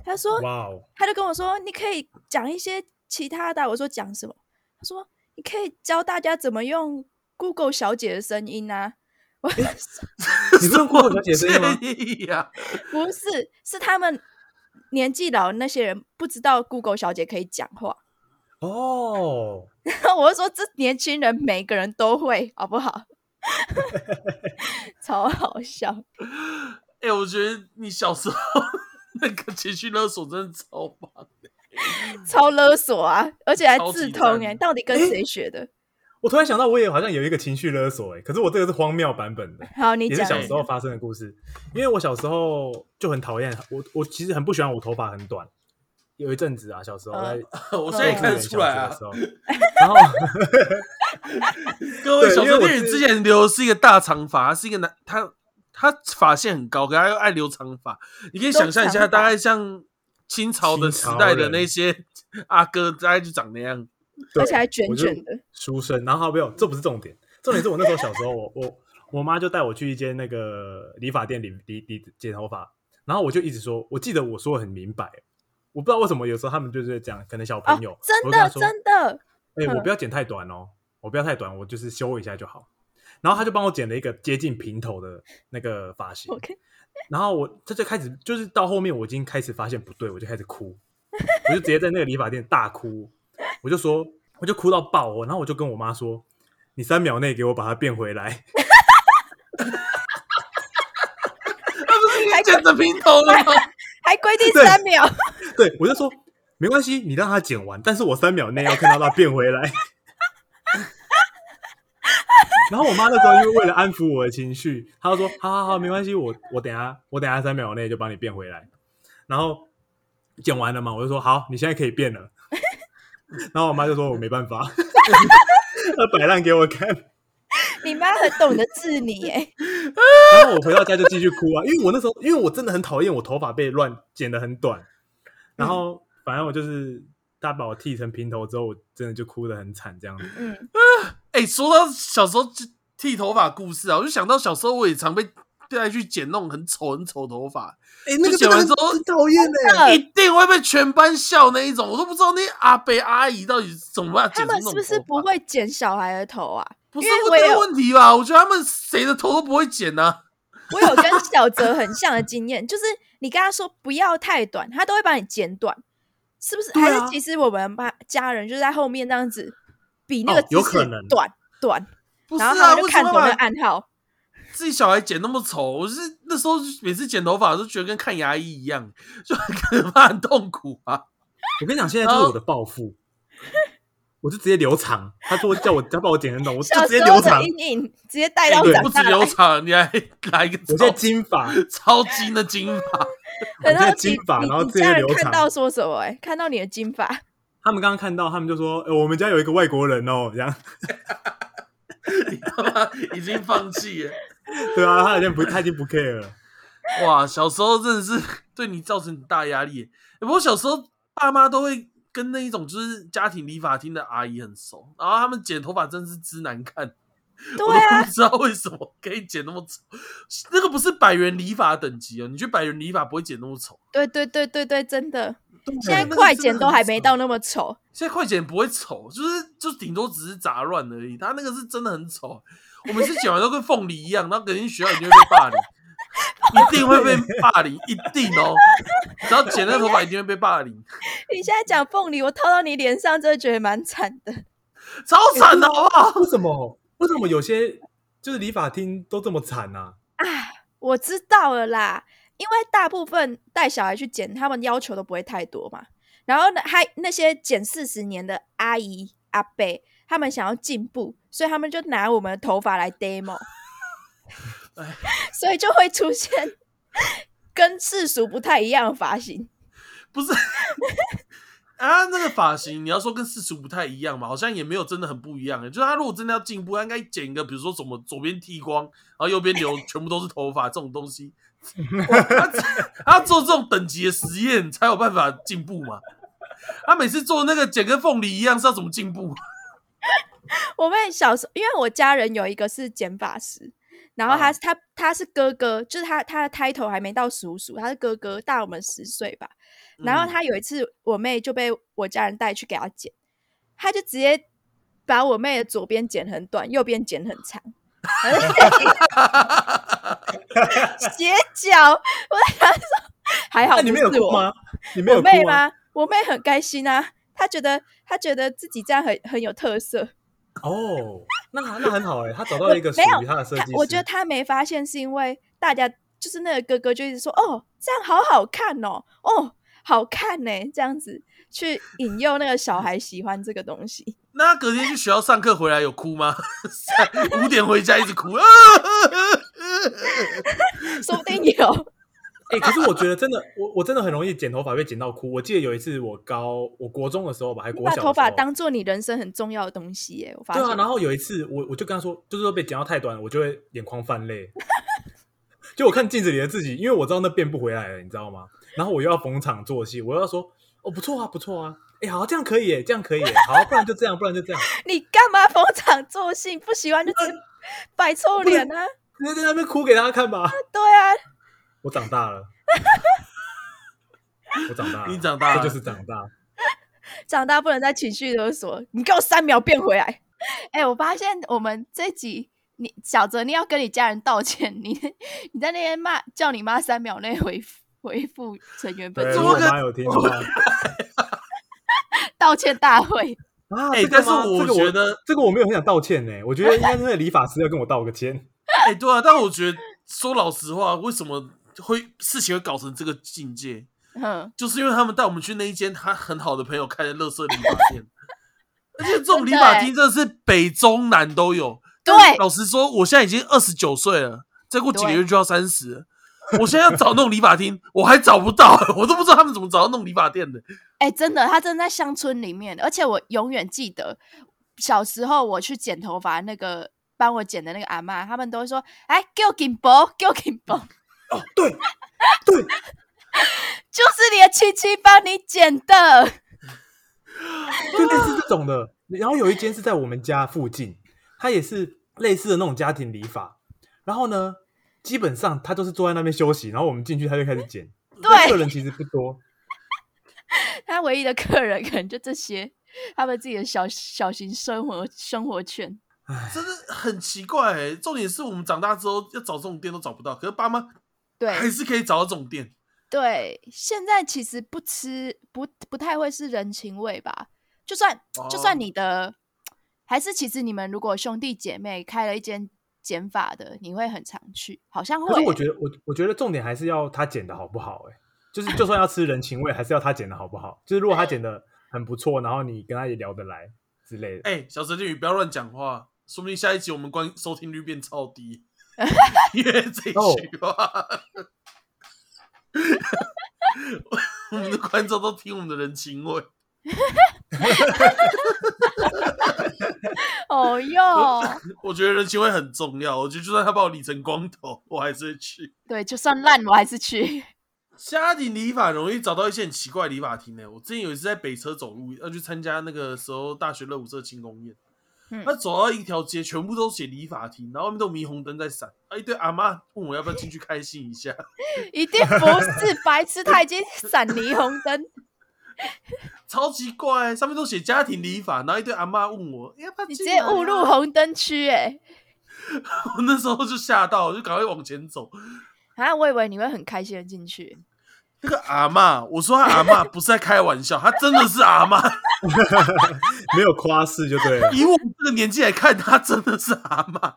[SPEAKER 1] 她说
[SPEAKER 3] 哇哦，
[SPEAKER 1] 她就跟我说你可以讲一些其他的啊，我说讲什么？她说你可以教大家怎么用 Google 小姐的声音啊。我
[SPEAKER 3] 你这过小姐声音吗？
[SPEAKER 2] 建议呀、
[SPEAKER 1] 不是，是他们年纪老的那些人不知道 Google 小姐可以讲话，
[SPEAKER 3] 哦，
[SPEAKER 1] 然后我就说这年轻人每个人都会，好不好？ 超好笑，
[SPEAKER 2] 哎、我觉得你小时候 那个情绪勒索真的超棒。
[SPEAKER 1] 超勒索啊，而且还
[SPEAKER 2] 超级
[SPEAKER 1] 自通
[SPEAKER 2] 赞
[SPEAKER 1] 哎、到底跟谁学的？
[SPEAKER 3] 我突然想到，我也好像有一个情绪勒索、欸，可是我这个是荒谬版本的。
[SPEAKER 1] 好，你
[SPEAKER 3] 也
[SPEAKER 1] 讲
[SPEAKER 3] 是小时候发生的故事。因为我小时候就很讨厌，我我其实很不喜欢我头发很短。有一阵子啊，小时候在
[SPEAKER 1] 嗯
[SPEAKER 2] 我
[SPEAKER 3] 哦
[SPEAKER 2] 现在也看得出来啊，
[SPEAKER 3] 幼稚园小学的时候然后
[SPEAKER 2] 各位
[SPEAKER 3] 对
[SPEAKER 2] 小
[SPEAKER 3] 因为
[SPEAKER 2] 说
[SPEAKER 3] 我
[SPEAKER 2] 电影
[SPEAKER 3] 是
[SPEAKER 2] 之前留的是一个大长发，他是一个男，他他发线很高，可他又爱留长发。你可以想象一
[SPEAKER 1] 留
[SPEAKER 2] 下，
[SPEAKER 1] 长发
[SPEAKER 2] 大概像清朝的时代的那些阿哥，大概就长 那样。
[SPEAKER 1] 而
[SPEAKER 3] 对
[SPEAKER 1] 且还卷
[SPEAKER 3] 我就
[SPEAKER 1] 卷的，
[SPEAKER 3] 书生，然后没有，这不是重点，重点是我那时候小时候，我 我我妈就带我去一间那个理发店理理理剪头发，然后我就一直说，我记得我说得很明白，我不知道为什么有时候他们就是这样，可能小
[SPEAKER 1] 哦
[SPEAKER 3] 朋友，，
[SPEAKER 1] 真
[SPEAKER 3] 我就跟他
[SPEAKER 1] 的
[SPEAKER 3] 说
[SPEAKER 1] 真的，
[SPEAKER 3] 哎、
[SPEAKER 1] 嗯
[SPEAKER 3] 我不要剪太短哦，我不要太短，我就是修一下就好。然后他就帮我剪了一个接近平头的那个发型
[SPEAKER 1] 我，看
[SPEAKER 3] 然后我这就开始就是到后面我已经开始发现不对，我就开始哭，我就直接在那个理发店大哭，我就说我就哭到爆哦，然后我就跟我妈说，你三秒内给我把它变回来，
[SPEAKER 2] 他不是已经剪成平头了吗？
[SPEAKER 1] 还规定
[SPEAKER 3] 对
[SPEAKER 1] 三秒，
[SPEAKER 3] 对我就说没关系，你让它剪完，但是我三秒内要看到它变回来。然后我妈那时候因为为了安抚我的情绪，她就说：“好好好，没关系，我我等一下我等一下三秒内就帮你变回来。”然后剪完了嘛，我就说：“好，你现在可以变了。” 然后我妈就说：“我没办法， 她摆烂给我看。”
[SPEAKER 1] 你妈很懂得治你哎、
[SPEAKER 3] 然后我回到家就继续哭啊，因为我那时候，因为我真的很讨厌我头发被乱剪得很短，然后反正我就是他把我剃成平头之后，我真的就哭得很惨这样子。
[SPEAKER 1] 嗯，
[SPEAKER 2] 哎、说到小时候剃头发故事啊，我就想到小时候我也常被带去剪那种很丑很丑头发，
[SPEAKER 3] 哎、
[SPEAKER 2] 那个真的很很欸
[SPEAKER 3] 讨厌
[SPEAKER 1] 的呃
[SPEAKER 2] 一定会被全班笑那一种。我都不知道那些阿伯阿姨到底是怎么办
[SPEAKER 1] 他
[SPEAKER 2] 剪成
[SPEAKER 1] 们
[SPEAKER 2] 那种
[SPEAKER 1] 是不是
[SPEAKER 2] 头发
[SPEAKER 1] 不会剪小孩的头啊？
[SPEAKER 2] 不是
[SPEAKER 1] 因为
[SPEAKER 2] 不
[SPEAKER 1] 我
[SPEAKER 2] 对
[SPEAKER 1] 有
[SPEAKER 2] 问题吧？我觉得他们谁的头都不会剪啊呐、
[SPEAKER 1] 我有跟小泽很像的经验，就是你跟他说不要太短，他都会把你剪短，是不是？
[SPEAKER 2] 对
[SPEAKER 1] 还
[SPEAKER 2] 啊
[SPEAKER 1] 是其实我们把家人就是在后面这样子比那
[SPEAKER 3] 哦
[SPEAKER 1] 个姿
[SPEAKER 3] 有可
[SPEAKER 1] 势
[SPEAKER 3] 能
[SPEAKER 1] 短短，
[SPEAKER 2] 不是
[SPEAKER 1] 然后他
[SPEAKER 2] 啊，
[SPEAKER 1] 们就
[SPEAKER 2] 为什
[SPEAKER 1] 看懂哎
[SPEAKER 2] 么
[SPEAKER 1] 那个
[SPEAKER 2] 要把
[SPEAKER 1] 暗号。
[SPEAKER 2] 自己小孩剪那么丑？我是那时候每次剪头发都觉得跟看牙医一样， 就很可怕、很痛苦啊。
[SPEAKER 3] 我跟你讲，现在就是我的报复，我就直接留长。他说叫我他把我剪很短，我就
[SPEAKER 1] 小
[SPEAKER 3] 直接
[SPEAKER 1] 时
[SPEAKER 3] 留
[SPEAKER 1] 候的
[SPEAKER 3] 长。
[SPEAKER 1] 阴影直接带到
[SPEAKER 3] 对
[SPEAKER 1] 哎长
[SPEAKER 2] 哎不止
[SPEAKER 1] 大来
[SPEAKER 2] 留，长，你还来一个
[SPEAKER 3] 我现
[SPEAKER 2] 超
[SPEAKER 3] 在金发，
[SPEAKER 2] 超金的金发，
[SPEAKER 1] 等
[SPEAKER 3] 我现
[SPEAKER 1] 到
[SPEAKER 3] 在金
[SPEAKER 1] 你
[SPEAKER 3] 发
[SPEAKER 1] 你
[SPEAKER 3] 然后
[SPEAKER 1] 你
[SPEAKER 3] 直接
[SPEAKER 1] 家人
[SPEAKER 3] 留
[SPEAKER 1] 看
[SPEAKER 3] 长
[SPEAKER 1] 到说什么、欸？哎，看到你的金发，
[SPEAKER 3] 他们刚刚看到，他们就说：“呃我们家有一个外国人哦，这样。”
[SPEAKER 2] 你他妈已经放弃了。
[SPEAKER 3] 对啊，他已经不他已经不 care 了。
[SPEAKER 2] 哇，小时候真的是对你造成很大压力耶。不过小时候爸妈都会跟那一种就是家庭理发厅的阿姨很熟，然后他们剪头发真是之难看，我
[SPEAKER 1] 对
[SPEAKER 2] 都
[SPEAKER 1] 啊，
[SPEAKER 2] 不知道为什么可以剪那么丑。那个不是百元理发等级哦，你去百元理发不会剪那么丑。
[SPEAKER 1] 对对对对对，真的，现
[SPEAKER 2] 那
[SPEAKER 1] 在
[SPEAKER 2] 个
[SPEAKER 1] 快
[SPEAKER 2] 真的
[SPEAKER 1] 剪都
[SPEAKER 2] 很
[SPEAKER 1] 还没
[SPEAKER 2] 丑
[SPEAKER 1] 到那么丑，
[SPEAKER 2] 现在快剪不会丑，就是就顶多只是杂乱而已。他那个是真的很丑，我每次剪完都跟凤梨一样，然后肯定学校一定会被霸凌， 一定会被霸凌，一定哦。只要剪那个头发一定会被霸凌，
[SPEAKER 1] 你现在讲凤梨，我套到你脸上，真的觉得蛮惨的。
[SPEAKER 2] 超惨的哦好不好？
[SPEAKER 3] 啊为什么？为什么有些就是理发厅都这么惨啊？
[SPEAKER 1] 我知道了啦，因为大部分带小孩去剪，他们要求都不会太多嘛。然后呢，还那些剪四十年的阿姨阿伯，他们想要进步，所以他们就拿我们的头发来 demo，
[SPEAKER 2] 哎
[SPEAKER 1] 所以就会出现跟世俗不太一样的发型。
[SPEAKER 2] 不是 啊，那个发型你要说跟世俗不太一样嘛，好像也没有真的很不一样欸。就是他如果真的要进步，他应该剪一个，比如说怎么左边剃光，然后右边留全部都是头发这种东西。 他他要做这种等级的实验才有办法进步嘛。他每次做那个剪跟凤梨一样是要怎么进步？
[SPEAKER 1] 我们小时候，因为我家人有一个是剪发师，然后他、
[SPEAKER 2] 啊
[SPEAKER 1] 他他是哥哥，就是他他的 title 还没到叔叔，他是哥哥，大我们十岁吧。然
[SPEAKER 3] 嗯
[SPEAKER 2] 嗯
[SPEAKER 1] 后他有一次，我妹就被我家人带去给他剪，他就直接把我妹的左边剪很短，右边剪很长， 斜角。我想说，还好
[SPEAKER 3] 那你
[SPEAKER 1] 不
[SPEAKER 3] 没有
[SPEAKER 1] 是
[SPEAKER 3] 哭
[SPEAKER 1] 我
[SPEAKER 3] 吗？你没有
[SPEAKER 1] 我
[SPEAKER 3] 哭啊吗
[SPEAKER 1] 妹？吗？我妹很开心啊，她觉得她觉得自己这样很很有特色。
[SPEAKER 3] 哦，那那很好哎、他找到一个属
[SPEAKER 1] 没有
[SPEAKER 3] 于他的设
[SPEAKER 1] 她
[SPEAKER 3] 计师。
[SPEAKER 1] 我觉得她没发现，是因为大家就是那个哥哥就一直说哦，这样好好看哦，哦，好看呢、这样子去引诱那个小孩喜欢这个东西。
[SPEAKER 2] 那隔天去学校上课回来有哭吗？ 五点回家一直哭啊！
[SPEAKER 1] 说不 定有。
[SPEAKER 3] 哎、可是我觉得真的，我我真的很容易剪头发被剪到哭。我记得有一次我高我国中的时候吧，还
[SPEAKER 1] 你
[SPEAKER 3] 国
[SPEAKER 1] 把
[SPEAKER 3] 小的
[SPEAKER 1] 头发
[SPEAKER 3] 时候
[SPEAKER 1] 当做你人生很重要的东西耶，我发
[SPEAKER 3] 对
[SPEAKER 1] 现。
[SPEAKER 3] 啊，然后有一次我我就跟他说，就是说被剪到太短了，我就会眼眶泛泪。 就我看镜子里的自己，因为我知道那变不回来了，你知道吗？然后我又要逢场作戏，我又要说哦不错啊不错啊，哎、好这样可以耶，这样可以耶，好啊不然就这样，不然就这样，
[SPEAKER 1] 你干嘛逢场作戏？不喜欢就
[SPEAKER 3] 啊
[SPEAKER 1] 直接摆臭脸啊！
[SPEAKER 3] 直接在那边哭给大家看吧。
[SPEAKER 1] 对啊，
[SPEAKER 3] 我长大了，我长大了，
[SPEAKER 2] 你长大了
[SPEAKER 3] 这就是长大。
[SPEAKER 1] 长大不能再情绪勒索，你给我三秒变回来。哎、我发现我们这集。你小泽，你要跟你家人道歉。你你在那边骂，叫你妈三秒内回复回复成员本
[SPEAKER 3] 对，
[SPEAKER 2] 怎
[SPEAKER 3] 如
[SPEAKER 2] 么
[SPEAKER 3] 果
[SPEAKER 2] 可能
[SPEAKER 3] 妈有听的 啊话
[SPEAKER 1] 道歉大会。
[SPEAKER 3] 啊，
[SPEAKER 2] 哎
[SPEAKER 3] 这个
[SPEAKER 2] 但是
[SPEAKER 3] 吗
[SPEAKER 2] 我
[SPEAKER 3] 这个
[SPEAKER 2] 觉得
[SPEAKER 3] 这个我没有很想道歉呢，我觉得应该是那个理发师要跟我道个歉。
[SPEAKER 2] 哎、对啊，但我觉得说老实话，为什么会事情会搞成这个境界，
[SPEAKER 1] 嗯，
[SPEAKER 2] 就是因为他们带我们去那一间他很好的朋友开的乐色理发店，而且这种理发厅真的是北中南都有。
[SPEAKER 1] 对
[SPEAKER 2] 但老实说，我现在已经二十九岁了，再过几个月就要三十了。我现在要找那种理发厅，我还找不到，我都不知道他们怎么找到那种理发店的。
[SPEAKER 1] 哎、真的，他真的在乡村里面，而且我永远记得小时候我去剪头发，那个帮我剪的那个阿嬷，他们都会说：“哎，给我金箔，给我金箔。
[SPEAKER 3] 哦，对对，”
[SPEAKER 1] 就是你的亲戚帮你剪的，
[SPEAKER 3] 就类似这种的。然后有一间是在我们家附近，它也是类似的那种家庭理发。然后呢，基本上他都是坐在那边休息，然后我们进去他就开始剪。那客人其实不多，
[SPEAKER 1] 他唯一的客人可能就这些，他们自己的小小型生活生活圈。
[SPEAKER 2] 真的很奇怪、欸，重点是我们长大之后要找这种店都找不到，可是爸妈
[SPEAKER 1] 对
[SPEAKER 2] 还是可以找到这种店。
[SPEAKER 1] 对，现在其实不吃不不太会是人情味吧？就算就
[SPEAKER 2] 哦
[SPEAKER 1] 算你的，还是其实你们如果兄弟姐妹开了一间剪发的，你会很常去，好像
[SPEAKER 3] 可
[SPEAKER 1] 会
[SPEAKER 3] 是我
[SPEAKER 1] 欸。
[SPEAKER 3] 觉得我我觉得重点还是要他剪的好不好、欸？就是就算要吃人情味，还是要他剪的好不好？就是如果他剪的很不错，然后你跟他也聊得来之类的。
[SPEAKER 2] 哎、小神女，不要乱讲话，说不定下一集我们观收听率变超低，因为这一句话，我们的观众都听我们的人情味。
[SPEAKER 1] 哦哟，
[SPEAKER 2] 我觉得人情味很重要，我觉得就算他把我理成光头，我还是会去。
[SPEAKER 1] 对，就算烂我还是去。
[SPEAKER 2] 家庭理法容易找到一些很奇怪的理发厅呢。我之前有一次在北车走路，要去参加那个时候大学热舞社庆功宴，
[SPEAKER 1] 嗯
[SPEAKER 2] 那走到一条街，全部都写理发厅，然后外面都有霓虹灯在闪，啊，一堆阿妈问我要不要进去开心一下，
[SPEAKER 1] 一定不 是白痴，他已经闪霓虹灯，
[SPEAKER 2] 超奇怪、上面都写家庭理法，然后一堆阿妈问我要不要
[SPEAKER 1] 你
[SPEAKER 2] 进
[SPEAKER 1] 直
[SPEAKER 2] 来
[SPEAKER 1] 接
[SPEAKER 2] 啊
[SPEAKER 1] 误入红灯区哎、
[SPEAKER 2] 我那时候就吓到，我就赶快往前走。
[SPEAKER 1] 啊，我以为你会很开心的进去，
[SPEAKER 2] 那个阿嬷，我说她阿嬷不是在开玩笑，她真的是阿 嬷。
[SPEAKER 3] 没有夸饰就对了。
[SPEAKER 2] 以我们这个年纪来看，她真的是阿嬷，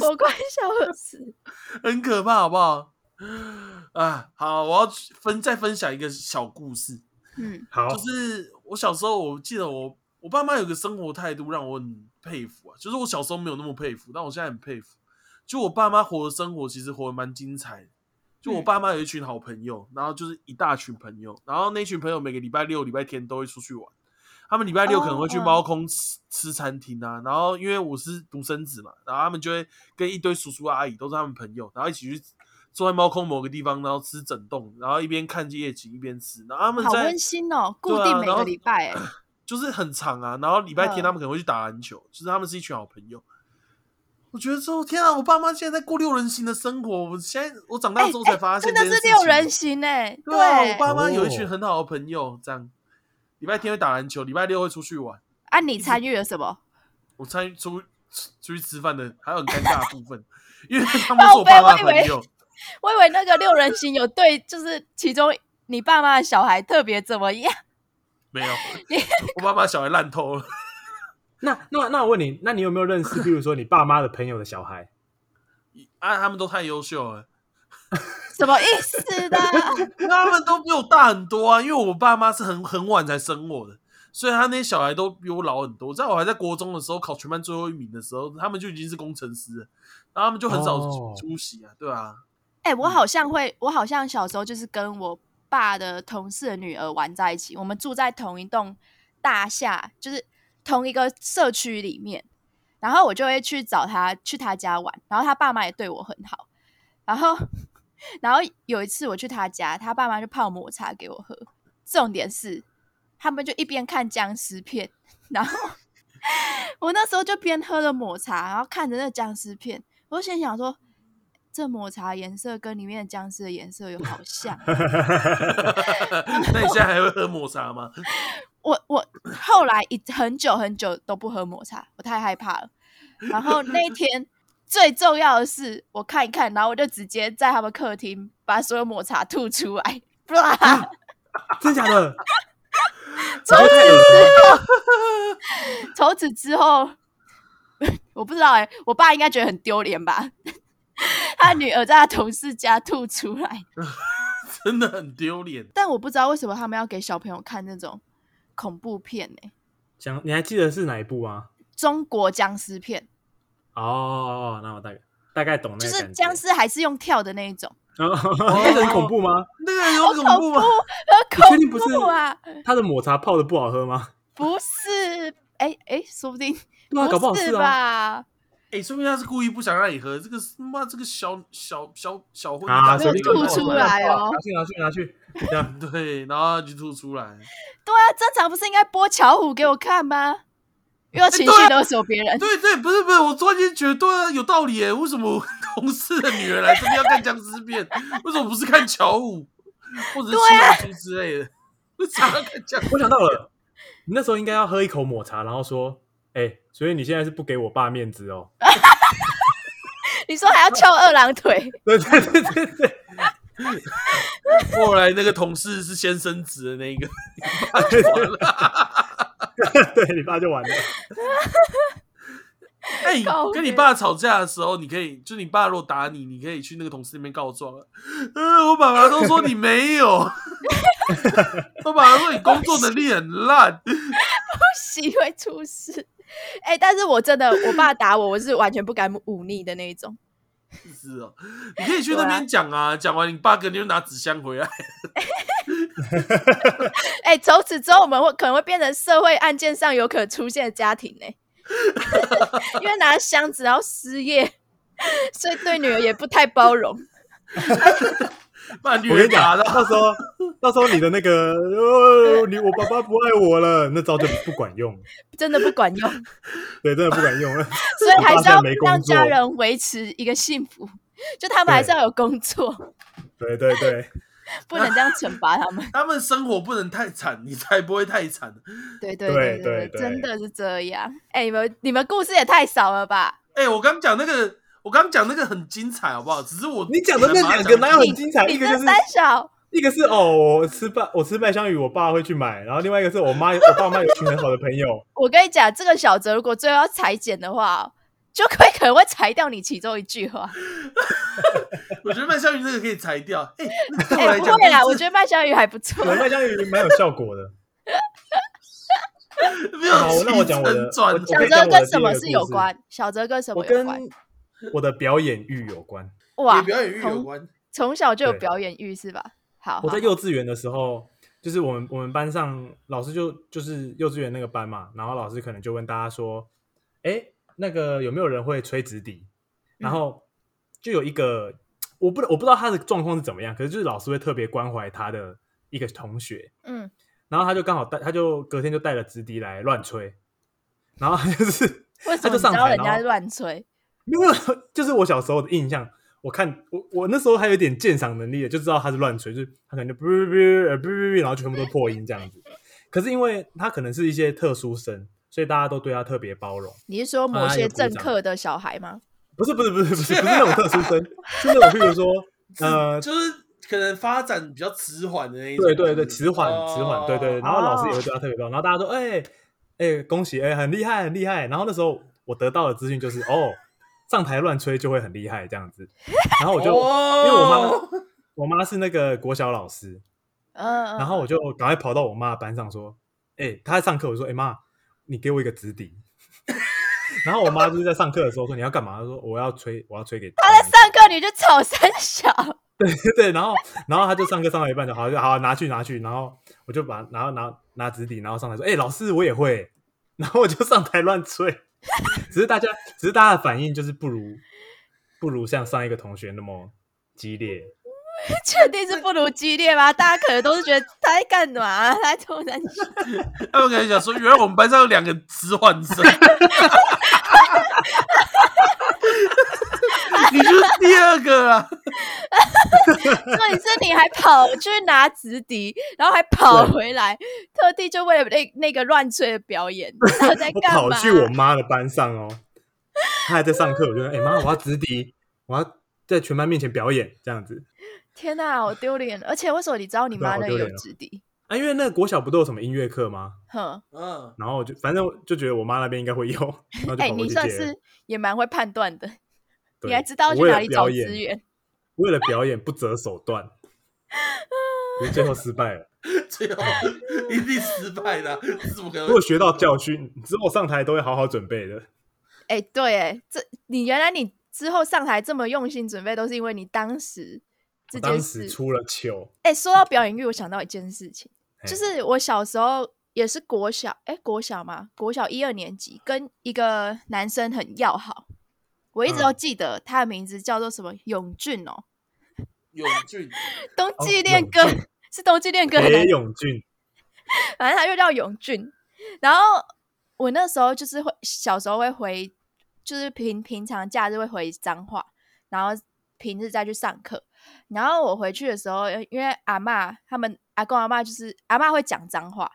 [SPEAKER 1] 我快笑死。
[SPEAKER 2] 很可怕，好不好？啊，好，我要去分再分享一个小故事，
[SPEAKER 1] 嗯，
[SPEAKER 3] 好，
[SPEAKER 2] 就是我小时候，我记得我我爸妈有个生活态度让我很佩服啊，就是我小时候没有那么佩服，但我现在很佩服。就我爸妈活的生活，其实活得蛮精彩的。就我
[SPEAKER 1] 嗯
[SPEAKER 2] 爸妈有一群好朋友，然后就是一大群朋友，然后那群朋友每个礼拜六、礼拜天都会出去玩。他们礼拜六可能会去
[SPEAKER 1] 哦嗯
[SPEAKER 2] 猫空吃、吃餐厅啊，然后因为我是独生子嘛，然后他们就会跟一堆叔叔阿姨都是他们朋友，然后一起去坐在猫空某个地方，然后吃整栋，然后一边看夜景一边吃，然后他们
[SPEAKER 1] 好
[SPEAKER 2] 在
[SPEAKER 1] 温馨哦，
[SPEAKER 2] 对
[SPEAKER 1] 固
[SPEAKER 2] 啊
[SPEAKER 1] 定每
[SPEAKER 2] 然后
[SPEAKER 1] 个礼拜哎、
[SPEAKER 2] 就是很长啊。然后礼拜天
[SPEAKER 1] 嗯
[SPEAKER 2] 他们可能会去打篮球，就是他们是一群好朋友。我觉得之后，天啊！我爸妈现在在过六人行的生活，我现在我长大
[SPEAKER 1] 哎
[SPEAKER 2] 之后才
[SPEAKER 1] 哎
[SPEAKER 2] 发
[SPEAKER 1] 真
[SPEAKER 2] 现、
[SPEAKER 1] 的是六人。行哎、
[SPEAKER 2] 对啊，我
[SPEAKER 1] 对，
[SPEAKER 2] 爸妈有一群
[SPEAKER 3] 哦
[SPEAKER 2] 很好的朋友，这样礼拜天会打篮球，礼拜六会出去玩。
[SPEAKER 1] 啊，你参与了什么？
[SPEAKER 2] 我参与出出出去吃饭的，还有很尴尬的部分，因为他们 是
[SPEAKER 1] 哦
[SPEAKER 2] 我爸妈的朋友，
[SPEAKER 1] 我以为那个六人行有对，就是其中你爸妈的小孩特别怎么样？
[SPEAKER 2] 没有，我爸妈小孩烂透了。
[SPEAKER 3] 那那那我问你，那你有没有认识，比如说你爸妈的朋友的小孩？
[SPEAKER 2] 啊，他们都太优秀了，
[SPEAKER 1] 什么意思呢？
[SPEAKER 2] 他们都比我大很多啊。因为我爸妈是很很晚才生我的，所以他那些小孩都比我老很多。在我还在国中的时候，考全班最后一名的时候，他们就已经是工程师了，然后他们就很少
[SPEAKER 3] 哦
[SPEAKER 2] 出席啊，对啊，
[SPEAKER 1] 哎、我好像会，我好像小时候就是跟我爸的同事的女儿玩在一起，我们住在同一栋大厦，就是同一个社区里面。然后我就会去找他去他家玩，然后他爸妈也对我很好。然后， 然后有一次我去他家，他爸妈就泡抹茶给我喝。重点是，他们就一边看僵尸片，然后 我那时候就边喝了抹茶，然后看着那僵尸片，我就心想说，这抹茶颜色跟里面的僵尸的颜色有好像。
[SPEAKER 2] 那你现在还会喝抹茶吗？
[SPEAKER 1] 我我后来一很久很久都不喝抹茶，我太害怕了。然后那一天最重要的是，我看一看，然后我就直接在他们客厅把所有抹茶吐出来，哇，
[SPEAKER 3] 真假的？
[SPEAKER 1] 啊从
[SPEAKER 3] 好恶心
[SPEAKER 1] 从此之后， 我不知道哎、我爸应该觉得很丢脸吧？ 他女儿在他同事家吐出来，
[SPEAKER 2] 真的很丢脸。
[SPEAKER 1] 但我不知道为什么他们要给小朋友看那种恐怖片呢、
[SPEAKER 3] 讲你还记得是哪一部吗？
[SPEAKER 1] 中国僵尸片，
[SPEAKER 3] 哦哦，哦那我大概大概懂那
[SPEAKER 1] 就
[SPEAKER 3] 个
[SPEAKER 1] 是
[SPEAKER 3] 感觉。
[SPEAKER 1] 僵尸还是用跳的那一种，
[SPEAKER 3] 哦，那个很恐怖吗？
[SPEAKER 2] 那个有恐怖吗？
[SPEAKER 1] 很
[SPEAKER 3] 你确
[SPEAKER 1] 呃恐
[SPEAKER 3] 定不是
[SPEAKER 1] 怖啊！
[SPEAKER 3] 他的抹茶泡的不好喝吗？
[SPEAKER 1] 不是，哎哎，说不定
[SPEAKER 3] 对啊，搞不好
[SPEAKER 1] 是
[SPEAKER 3] 是啊。
[SPEAKER 1] 吧？
[SPEAKER 2] 哎、说明他是故意不想让你喝，这个是他妈这个小小小小混蛋
[SPEAKER 3] 啊，
[SPEAKER 1] 没
[SPEAKER 3] 随
[SPEAKER 1] 有
[SPEAKER 3] 便
[SPEAKER 1] 吐出来哦
[SPEAKER 3] 拿去拿去拿去，这样
[SPEAKER 2] 对，然后他就吐出来。
[SPEAKER 1] 对啊，正常不是应该播巧虎给我看吗？
[SPEAKER 3] 哎
[SPEAKER 1] 又情
[SPEAKER 3] 啊
[SPEAKER 1] 绪勒索别人，
[SPEAKER 2] 对对，不是不是，我突然间觉得对啊，有道理耶。为什么 我同事的女儿来这边要看僵尸片？为什么不是看乔舞或者是青龙珠之类的？为啥要看僵尸？
[SPEAKER 3] 我想到了，你那时候应该要喝一口抹茶，然后说：“哎、所以你现在是不给我爸面子哦。
[SPEAKER 1] 你说还要翘二郎 腿，”
[SPEAKER 3] 对对对对对，
[SPEAKER 2] 后来那个同事是先生子的那一个，
[SPEAKER 3] 对你爸就完了。
[SPEAKER 2] 哎、
[SPEAKER 1] 靠
[SPEAKER 2] 跟你
[SPEAKER 1] 北
[SPEAKER 2] 爸吵架的时候，你可以，就你爸如果打你，你可以去那个同事那边告状啊。呃，我爸爸都说你没有， 我爸爸说你工作能力很烂。
[SPEAKER 1] 不行会出事。哎，但是我真的，我爸打我，我是完全不敢忤逆的那一种。
[SPEAKER 2] 是哦，你可以去那边讲啊，讲、完你爸肯定就拿纸箱回来。
[SPEAKER 1] 哎，从此之后，我们会可能会变成社会案件上有可能出现的家庭呢、 因为拿箱子然后失业，所以对女儿也不太包容。
[SPEAKER 2] 把你
[SPEAKER 3] 我跟
[SPEAKER 2] 虐
[SPEAKER 3] 你讲，
[SPEAKER 2] 打
[SPEAKER 3] 到
[SPEAKER 2] 的。
[SPEAKER 3] 时候到时候你的那个，哦、你我爸爸不爱我了，那招就不管用，
[SPEAKER 1] 真的不管用，
[SPEAKER 3] 对，真的不管用了。
[SPEAKER 1] 所以还是要
[SPEAKER 3] 我爸现在没工作
[SPEAKER 1] 让家人维持一个幸福，就他们还是要有工作，
[SPEAKER 3] 对对对，
[SPEAKER 1] 不能这样惩罚他们。
[SPEAKER 2] 他们生活不能太惨，你才不会太惨。
[SPEAKER 1] 对对
[SPEAKER 3] 对
[SPEAKER 1] 对
[SPEAKER 3] 对对
[SPEAKER 1] 真的是这样。哎、你们你们故事也太少了吧？
[SPEAKER 2] 哎、我刚讲那个，我刚讲那个很精彩，好不好？只是我
[SPEAKER 3] 你讲的那两个哪有很精彩？
[SPEAKER 1] 你
[SPEAKER 3] 啊一个
[SPEAKER 1] 这
[SPEAKER 3] 就是
[SPEAKER 1] 三小，
[SPEAKER 3] 一个是哦，我吃麦我吃麦香鱼，我爸会去买，然后另外一个是我妈有我爸妈有群很好的朋友，
[SPEAKER 1] 我跟你讲，这个小泽如果最后要裁剪的话哦，就会可能会裁掉你其中一句话。
[SPEAKER 2] 我觉得麦香鱼那个可以裁掉。哎、那 个
[SPEAKER 1] 哎、
[SPEAKER 2] 对我来
[SPEAKER 1] 不
[SPEAKER 2] 讲，
[SPEAKER 1] 会啦，
[SPEAKER 2] 真
[SPEAKER 1] 我
[SPEAKER 2] 的
[SPEAKER 1] 觉得麦香鱼还不错。
[SPEAKER 3] 买麦香鱼蛮有效 果的。
[SPEAKER 2] 没有
[SPEAKER 3] 好那我讲我的
[SPEAKER 2] 起承转
[SPEAKER 3] 我
[SPEAKER 2] 合
[SPEAKER 1] 小
[SPEAKER 3] 可以
[SPEAKER 1] 泽
[SPEAKER 3] 讲我的
[SPEAKER 1] 跟
[SPEAKER 3] 第
[SPEAKER 1] 什
[SPEAKER 3] 一个
[SPEAKER 1] 么
[SPEAKER 3] 故
[SPEAKER 1] 是有
[SPEAKER 3] 事
[SPEAKER 1] 关？小泽跟什
[SPEAKER 3] 我
[SPEAKER 1] 么有
[SPEAKER 3] 跟
[SPEAKER 1] 关？
[SPEAKER 3] 我的表演欲有关。
[SPEAKER 1] 哇
[SPEAKER 2] 也，表演欲有
[SPEAKER 1] 从
[SPEAKER 2] 关。
[SPEAKER 1] 从小就有
[SPEAKER 3] 对
[SPEAKER 1] 表演欲是吧？好，
[SPEAKER 3] 我在
[SPEAKER 1] 好
[SPEAKER 3] 幼稚园的时候，就是我们我们班上老师就就是幼稚园那个班嘛，然后老师可能就问大家说：“哎，那个有没有人会吹直笛？”然后就有一个我不我不知道他的状况是怎么样，可是就是老师会特别关怀他的一个同学，
[SPEAKER 1] 嗯，
[SPEAKER 3] 然后他就刚好带他就隔天就带了直笛来乱吹，然后他就是
[SPEAKER 1] 为什么
[SPEAKER 3] 他就
[SPEAKER 1] 你知
[SPEAKER 3] 上
[SPEAKER 1] 道
[SPEAKER 3] 台，
[SPEAKER 1] 人
[SPEAKER 3] 然
[SPEAKER 1] 家
[SPEAKER 3] 后
[SPEAKER 1] 乱吹？
[SPEAKER 3] 没有，就是我小时候的印象。我看我我那时候还有点鉴赏能力的，就知道他是乱吹，就是他可能就哔哔哔哔哔，然后全部都破音这样子。可是因为他可能是一些特殊生，所以大家都对他特别包容。
[SPEAKER 1] 你是说某
[SPEAKER 3] 啊
[SPEAKER 1] 些
[SPEAKER 3] 有鼓
[SPEAKER 1] 政
[SPEAKER 3] 掌
[SPEAKER 1] 客的小孩吗？
[SPEAKER 3] 不是不是不是不是不是那种特殊生，是那种譬如说 呃，
[SPEAKER 2] 就是可能发展比较迟缓的那一种。
[SPEAKER 3] 对对
[SPEAKER 2] 是不
[SPEAKER 3] 对，
[SPEAKER 2] 是
[SPEAKER 3] 迟缓迟缓，对对。对。然后老师
[SPEAKER 1] 哦
[SPEAKER 3] 也会对他特别棒，然后大家都哎哎恭喜哎很厉害很厉害。然后那时候我得到的资讯就是哦，上台乱吹就会很厉害这样子。然后我就、
[SPEAKER 2] 哦
[SPEAKER 3] 因为我妈我妈是那个国小老师，
[SPEAKER 1] 嗯，嗯
[SPEAKER 3] 然后我就赶快跑到我妈的班上说，哎她在上课，我说哎妈，你给我一个指笛。然后我妈就是在上课的时候说你要干嘛？她说我要吹，我要吹给
[SPEAKER 1] 他在上课你就吵三小，
[SPEAKER 3] 对，然后然后他就上课上到一半就好就好拿去拿去，然后我就把然后拿拿纸笔，然后上来说：“哎、老师，我也会。”然后我就上台乱吹， 只是大家只是大家的反应就是不如不如像上一个同学那么激烈。
[SPEAKER 1] 确定是不如激烈吗？大家可能都是觉得他在干嘛、啊他在偷 三小，
[SPEAKER 2] 他们可能想说，原来我们班上有两个迟缓生。 你就是第二个啊！
[SPEAKER 1] 重点是你还跑去拿直笛，然后还跑回来，特地就为了那那个乱吹的表演，他 在
[SPEAKER 3] 我
[SPEAKER 1] 干嘛？
[SPEAKER 3] 跑去我妈的班上哦，她还在上课，我就说：“哎、妈，我要纸笔，我要在全班面前表演这样子。
[SPEAKER 1] 天哪、好丢脸！而且为什么你知道你妈
[SPEAKER 3] 对好
[SPEAKER 1] 那里
[SPEAKER 3] 丢
[SPEAKER 1] 有
[SPEAKER 3] 脸哦
[SPEAKER 1] 直笛？”
[SPEAKER 3] 啊，因为那个国小不都有什么音乐课吗？
[SPEAKER 1] 哼，
[SPEAKER 2] 嗯，
[SPEAKER 3] 然后我就反正就觉得我妈那边应该会有，然后就
[SPEAKER 1] 哎、
[SPEAKER 3] 跑过
[SPEAKER 1] 你
[SPEAKER 3] 去借
[SPEAKER 1] 算
[SPEAKER 3] 了
[SPEAKER 1] 是也蛮会判断的，
[SPEAKER 3] 对
[SPEAKER 1] 你还知道去
[SPEAKER 3] 我为了
[SPEAKER 1] 哪里找
[SPEAKER 3] 表演
[SPEAKER 1] 资源。
[SPEAKER 3] 为了表演不择手段，可是最后失败了。
[SPEAKER 2] 最后一定失败的啊，怎么可
[SPEAKER 3] 如
[SPEAKER 2] 能
[SPEAKER 3] 果？学到教训，之后上台都会好好准备的。
[SPEAKER 1] 哎、对，哎，这你原来你之后上台这么用心准备，都是因为你当时这
[SPEAKER 3] 我
[SPEAKER 1] 件
[SPEAKER 3] 当
[SPEAKER 1] 事
[SPEAKER 3] 时。出了糗，
[SPEAKER 1] 哎、说到表演欲，我想到一件事情，
[SPEAKER 3] 嘿
[SPEAKER 1] 就是我小时候也是国小，哎、国小嘛，国小一二年级，跟一个男生很要好，我一直都
[SPEAKER 3] 嗯
[SPEAKER 1] 记得他的名字叫做什么永俊哦，
[SPEAKER 2] 永俊，
[SPEAKER 1] 冬
[SPEAKER 3] 哦
[SPEAKER 1] 季恋
[SPEAKER 3] 永
[SPEAKER 1] 歌、
[SPEAKER 3] 俊
[SPEAKER 1] 是冬季恋歌的
[SPEAKER 3] 裴
[SPEAKER 1] 男
[SPEAKER 3] 勇俊，
[SPEAKER 1] 反正他就叫永俊。然后我那时候就是会小时候会回，就是平平常假日会回彰化，然后平日再去上课。然后我回去的时候，呃因为阿嬷他们阿公阿嬷就是阿嬷会讲脏话，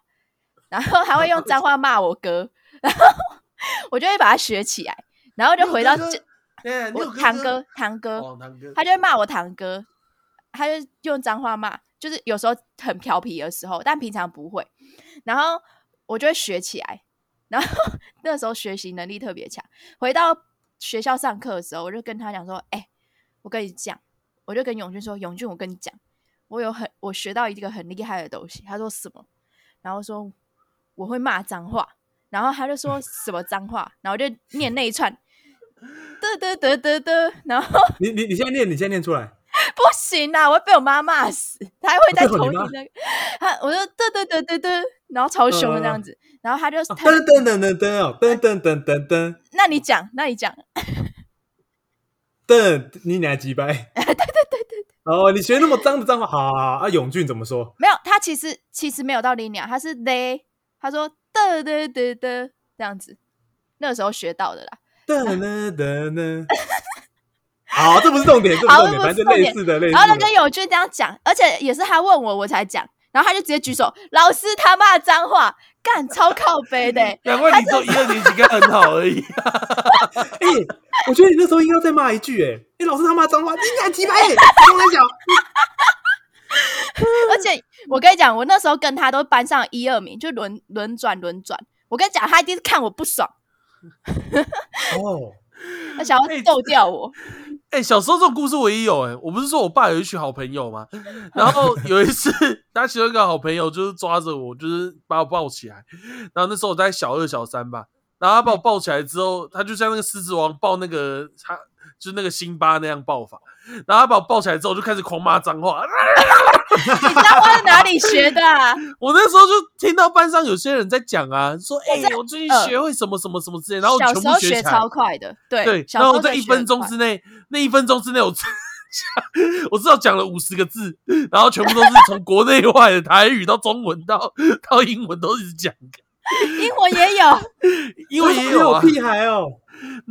[SPEAKER 1] 然后还会用脏话骂我哥，然后 我就会把它学起来，然后就回到
[SPEAKER 2] 你有哥
[SPEAKER 1] 就
[SPEAKER 2] 哥，哎，你有
[SPEAKER 1] 我堂哥
[SPEAKER 2] 哥，
[SPEAKER 1] 堂哥，
[SPEAKER 2] 哦，堂哥，
[SPEAKER 1] 他就会骂我堂哥，他就用脏话骂，就是有时候很调皮的时候，但平常不会。然后我就会学起来，然后 那时候学习能力特别强。回到学校上课的时候，我就跟他讲说：“哎、我跟你讲，我就跟永俊说，永俊，我跟你讲，我有很我学到一个很厉害的东西。”他说什么？然后说我会骂脏话，然后他就说什么脏话，然后我就念那一串。得得得得得，然后
[SPEAKER 3] 你你你现在念，你现在念出来，
[SPEAKER 1] 不行啦，我会被我妈骂死，她还会再
[SPEAKER 3] 哦最
[SPEAKER 1] 重
[SPEAKER 3] 后
[SPEAKER 1] 新
[SPEAKER 3] 你妈
[SPEAKER 1] 那个，她我就嘚嘚嘚嘚嘚，然后超凶的这样子，然后她就
[SPEAKER 3] 嗯哦
[SPEAKER 1] 她就，
[SPEAKER 3] 噔噔噔噔噔哦，噔噔噔噔噔
[SPEAKER 1] 那你讲，那你讲，
[SPEAKER 3] 噔，你俩几掰？哦，你学那么脏的脏话，好好好啊！永俊怎么说？
[SPEAKER 1] 没有，他其实其实没有到 linear，他是 they，他说的的的的这样子，那个时候学到的啦。
[SPEAKER 3] 噔噔噔噔。好，这不是重点，这不是
[SPEAKER 1] 好
[SPEAKER 3] 重点，
[SPEAKER 1] 这不
[SPEAKER 3] 反
[SPEAKER 1] 是
[SPEAKER 3] 正就
[SPEAKER 1] 重
[SPEAKER 3] 类
[SPEAKER 1] 点
[SPEAKER 3] 似的，类似
[SPEAKER 1] 然后那
[SPEAKER 3] 的
[SPEAKER 1] 个。友军这样讲，而且也是他问我，我才讲，然后他就直接举手，老师他骂脏话，干超靠背的欸、
[SPEAKER 2] 难怪你只有一二年级跟他很好而已。啊
[SPEAKER 3] 哎，我觉得你那时候应该再骂一句，哎，哎，老师他骂脏话，你敢提白？哎，跟他讲，
[SPEAKER 1] 而且我跟你讲，我那时候跟他都班上一二名，就轮轮转轮转。我跟你讲，他一定是看我不爽，
[SPEAKER 3] 哦，
[SPEAKER 1] 他想要揍掉我。
[SPEAKER 2] 哎、小时候这种故事我也有哎、我不是说我爸有一群好朋友吗？然后有一次，他其中一个好朋友就是抓着我，就是把我抱起来。然后那时候我在小二、小三吧，然后他把我抱起来之后，他就像那个狮子王抱那个他，就是那个辛巴那样抱法。然后他把我抱起来之后，我就开始狂骂脏话。啊
[SPEAKER 1] 你知道我在哪里学的、啊？
[SPEAKER 2] 我那时候就听到班上有些人在讲啊，说哎、
[SPEAKER 1] 在
[SPEAKER 2] 我最近
[SPEAKER 1] 呃
[SPEAKER 2] 学会什么什么什么之类， 然后我
[SPEAKER 1] 小
[SPEAKER 2] 全
[SPEAKER 1] 时
[SPEAKER 2] 部
[SPEAKER 1] 候
[SPEAKER 2] 学
[SPEAKER 1] 学
[SPEAKER 2] 起来。
[SPEAKER 1] 超快的，对，
[SPEAKER 2] 对，
[SPEAKER 1] 小
[SPEAKER 2] 然
[SPEAKER 1] 时
[SPEAKER 2] 后
[SPEAKER 1] 候
[SPEAKER 2] 我在
[SPEAKER 1] 真
[SPEAKER 2] 一
[SPEAKER 1] 的学很
[SPEAKER 2] 分钟
[SPEAKER 1] 快
[SPEAKER 2] 之内，那一分钟之内我 我至少讲了五十个字，然后全部都是从国内外的台语到中文到到英文都一直讲，
[SPEAKER 1] 英文也有，
[SPEAKER 2] 英文也有啊。
[SPEAKER 3] 屁孩哦，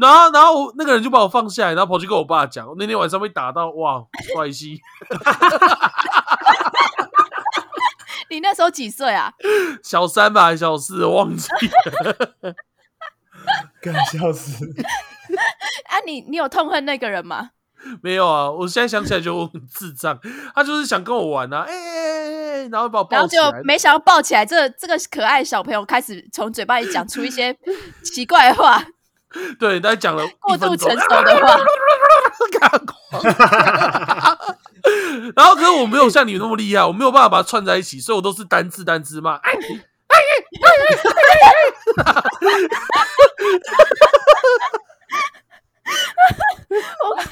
[SPEAKER 2] 然后然后那个人就把我放下来，然后跑去跟我爸讲，那天晚上被打到哇，帅西。
[SPEAKER 1] 你那时候几岁啊？
[SPEAKER 2] 小三吧，还是小四我忘记了，
[SPEAKER 3] 干笑死。
[SPEAKER 1] 啊你，你有痛恨那个人吗？
[SPEAKER 2] 没有啊。我现在想起来觉得我很智障，他就是想跟我玩啊，哎哎哎哎，然后把我
[SPEAKER 1] 然
[SPEAKER 2] 抱
[SPEAKER 1] 后
[SPEAKER 2] 起
[SPEAKER 1] 就
[SPEAKER 2] 来，
[SPEAKER 1] 没想到抱起来，这这个可爱小朋友开始从嘴巴里讲出一 些奇怪的话，
[SPEAKER 2] 对，他讲了
[SPEAKER 1] 过
[SPEAKER 2] 一
[SPEAKER 1] 度
[SPEAKER 2] 分
[SPEAKER 1] 成
[SPEAKER 2] 钟。
[SPEAKER 1] 熟的 话。
[SPEAKER 2] 然后可是我没有像你那么厉害，我没有办法把它串在一起，所以我都是单字单字骂。 哎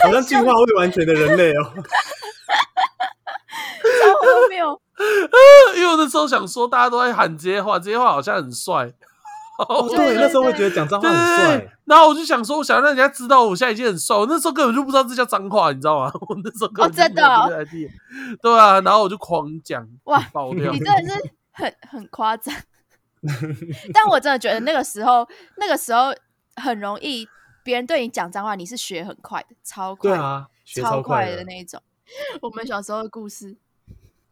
[SPEAKER 3] 好像进化未完全的人类哦。
[SPEAKER 1] 超荒谬！
[SPEAKER 2] 因为我那时候想说，大家都在喊这些话，这些话好像很帅。
[SPEAKER 3] 哦，
[SPEAKER 1] 对
[SPEAKER 3] 对，
[SPEAKER 1] 对
[SPEAKER 3] 那时候会觉得讲脏话
[SPEAKER 2] 对
[SPEAKER 3] 很
[SPEAKER 2] 对对
[SPEAKER 3] 帅。。
[SPEAKER 2] 然后我就想说，我想让人家知道我现在已经很帅。我那时候根本就不知道这叫脏话，你知道吗？我那时候根本就
[SPEAKER 1] 哦真的
[SPEAKER 2] 没有
[SPEAKER 1] 哦
[SPEAKER 2] 这个 idea 对啊，然后我就狂讲，
[SPEAKER 1] 哇
[SPEAKER 2] 爆掉
[SPEAKER 1] 你。真的是很很夸 张，但我真的觉得那个时候，那个时候很容易别人对你讲脏话，你是学很快的，超快，
[SPEAKER 3] 对啊，学
[SPEAKER 1] 超
[SPEAKER 3] 快
[SPEAKER 1] 的
[SPEAKER 3] 的。
[SPEAKER 1] 那一种。我们小时候的故事，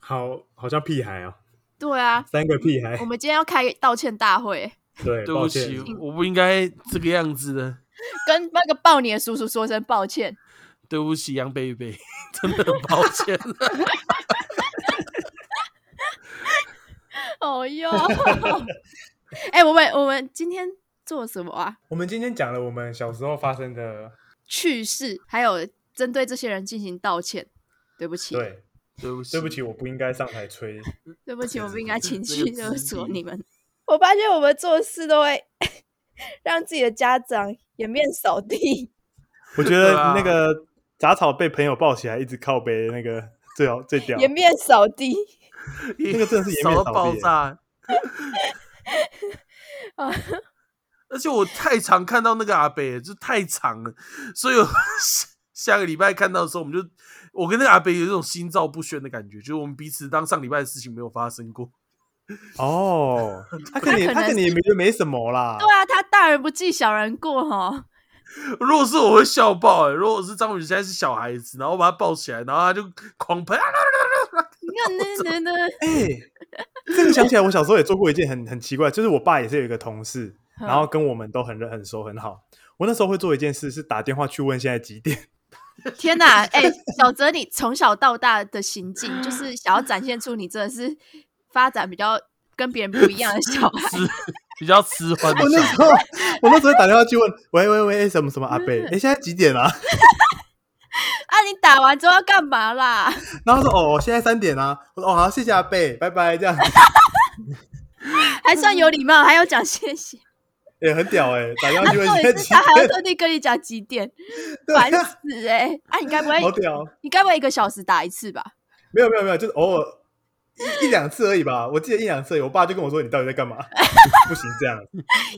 [SPEAKER 3] 好，好像屁孩哦，
[SPEAKER 1] 对啊，
[SPEAKER 3] 三个屁孩
[SPEAKER 1] 我。们今天要开道歉大会，
[SPEAKER 3] 对，
[SPEAKER 2] 对
[SPEAKER 3] 抱
[SPEAKER 2] 不
[SPEAKER 3] 歉
[SPEAKER 2] 起，我不应该这个样子的。
[SPEAKER 1] 跟那个抱你的叔叔说声抱歉。
[SPEAKER 2] 对不起，杨贝贝， 真的很抱歉。
[SPEAKER 1] 哦 哟，哎、我们我们今天做什么啊？
[SPEAKER 3] 我们今天讲了我们小时候发生的，
[SPEAKER 1] 趣事，还有针对这些人进行道歉。对不起，
[SPEAKER 3] 对，
[SPEAKER 2] 对不起，
[SPEAKER 3] 对不起，我不应该上台吹。
[SPEAKER 1] 对不起，
[SPEAKER 3] 这
[SPEAKER 1] 我
[SPEAKER 3] 个
[SPEAKER 1] 不应该情
[SPEAKER 2] 这
[SPEAKER 1] 绪
[SPEAKER 2] 个
[SPEAKER 1] 勒
[SPEAKER 2] 资
[SPEAKER 1] 索
[SPEAKER 2] 历
[SPEAKER 1] 你们。 我发现我们做事都会 让自己的家长颜面扫地。
[SPEAKER 4] 我觉
[SPEAKER 2] 对
[SPEAKER 4] 得
[SPEAKER 2] 啊
[SPEAKER 4] 那个杂草被朋友抱起来一直靠背的那个最好最
[SPEAKER 3] 啊
[SPEAKER 4] 屌，
[SPEAKER 1] 颜面扫地
[SPEAKER 4] 那个真的是颜
[SPEAKER 2] 少
[SPEAKER 4] 面扫
[SPEAKER 2] 到
[SPEAKER 4] 地
[SPEAKER 2] 爆
[SPEAKER 4] 耶
[SPEAKER 2] 炸。
[SPEAKER 1] 啊！
[SPEAKER 2] 而且我太常看到那个阿北，就太长了，所以我 下个礼拜看到的时候，我们就我跟那个阿北有一种心照不宣的感觉，就是我们彼此当上礼拜的事情没有发生过。
[SPEAKER 4] 哦。他跟你
[SPEAKER 1] 他可能
[SPEAKER 4] 他跟你也没觉得没什么啦
[SPEAKER 1] 对，啊，他大人不计小人过哈。
[SPEAKER 2] 如果是我会笑爆、欸，如果是张宇现在是小孩子，然后我把他抱起来，然后他就狂喷，啊啦啦啦啦啦
[SPEAKER 1] 你看，那那那，
[SPEAKER 4] 哎，这个想起来，我小时候也做过一件很很奇怪，就是我爸也是有一个同事，
[SPEAKER 1] 嗯
[SPEAKER 4] 然后跟我们都很认很熟很好。我那时候会做一件事，是打电话去问现在几点。
[SPEAKER 1] 天哪！哎、小泽，你从小到大的行径，就是想要展现出你真的是发展比较跟别人不一样的小孩。
[SPEAKER 2] 比较迟缓
[SPEAKER 1] 啊
[SPEAKER 2] 的
[SPEAKER 4] 我哦那
[SPEAKER 2] 笑。
[SPEAKER 4] 时候，我那时候打电话去问，喂喂喂，什么什么阿
[SPEAKER 1] 嗯
[SPEAKER 4] 贝，哎，现在几点啊？
[SPEAKER 1] 啊，你打完之后要干嘛啦？
[SPEAKER 4] 然后他说哦，现在三点啊。我说哦，好，谢谢阿贝，拜拜，这样 子
[SPEAKER 1] 还算有礼貌，还要讲谢谢。
[SPEAKER 4] 也很屌哎，打电话
[SPEAKER 1] 那
[SPEAKER 4] 去问
[SPEAKER 1] 重
[SPEAKER 4] 现在
[SPEAKER 1] 点是
[SPEAKER 4] 几
[SPEAKER 1] 他还要
[SPEAKER 4] 点，
[SPEAKER 1] 特地跟你讲几点，
[SPEAKER 4] 对
[SPEAKER 1] 烦
[SPEAKER 4] 啊，
[SPEAKER 1] 死哎、啊，你该不会
[SPEAKER 4] 好屌。
[SPEAKER 1] 你该不会一个小时打一次吧？
[SPEAKER 4] 没有没有没有，就是偶尔一一两次而已吧。我记得一两次而已，我爸就跟我说：“你到底在干 嘛？”不行这样，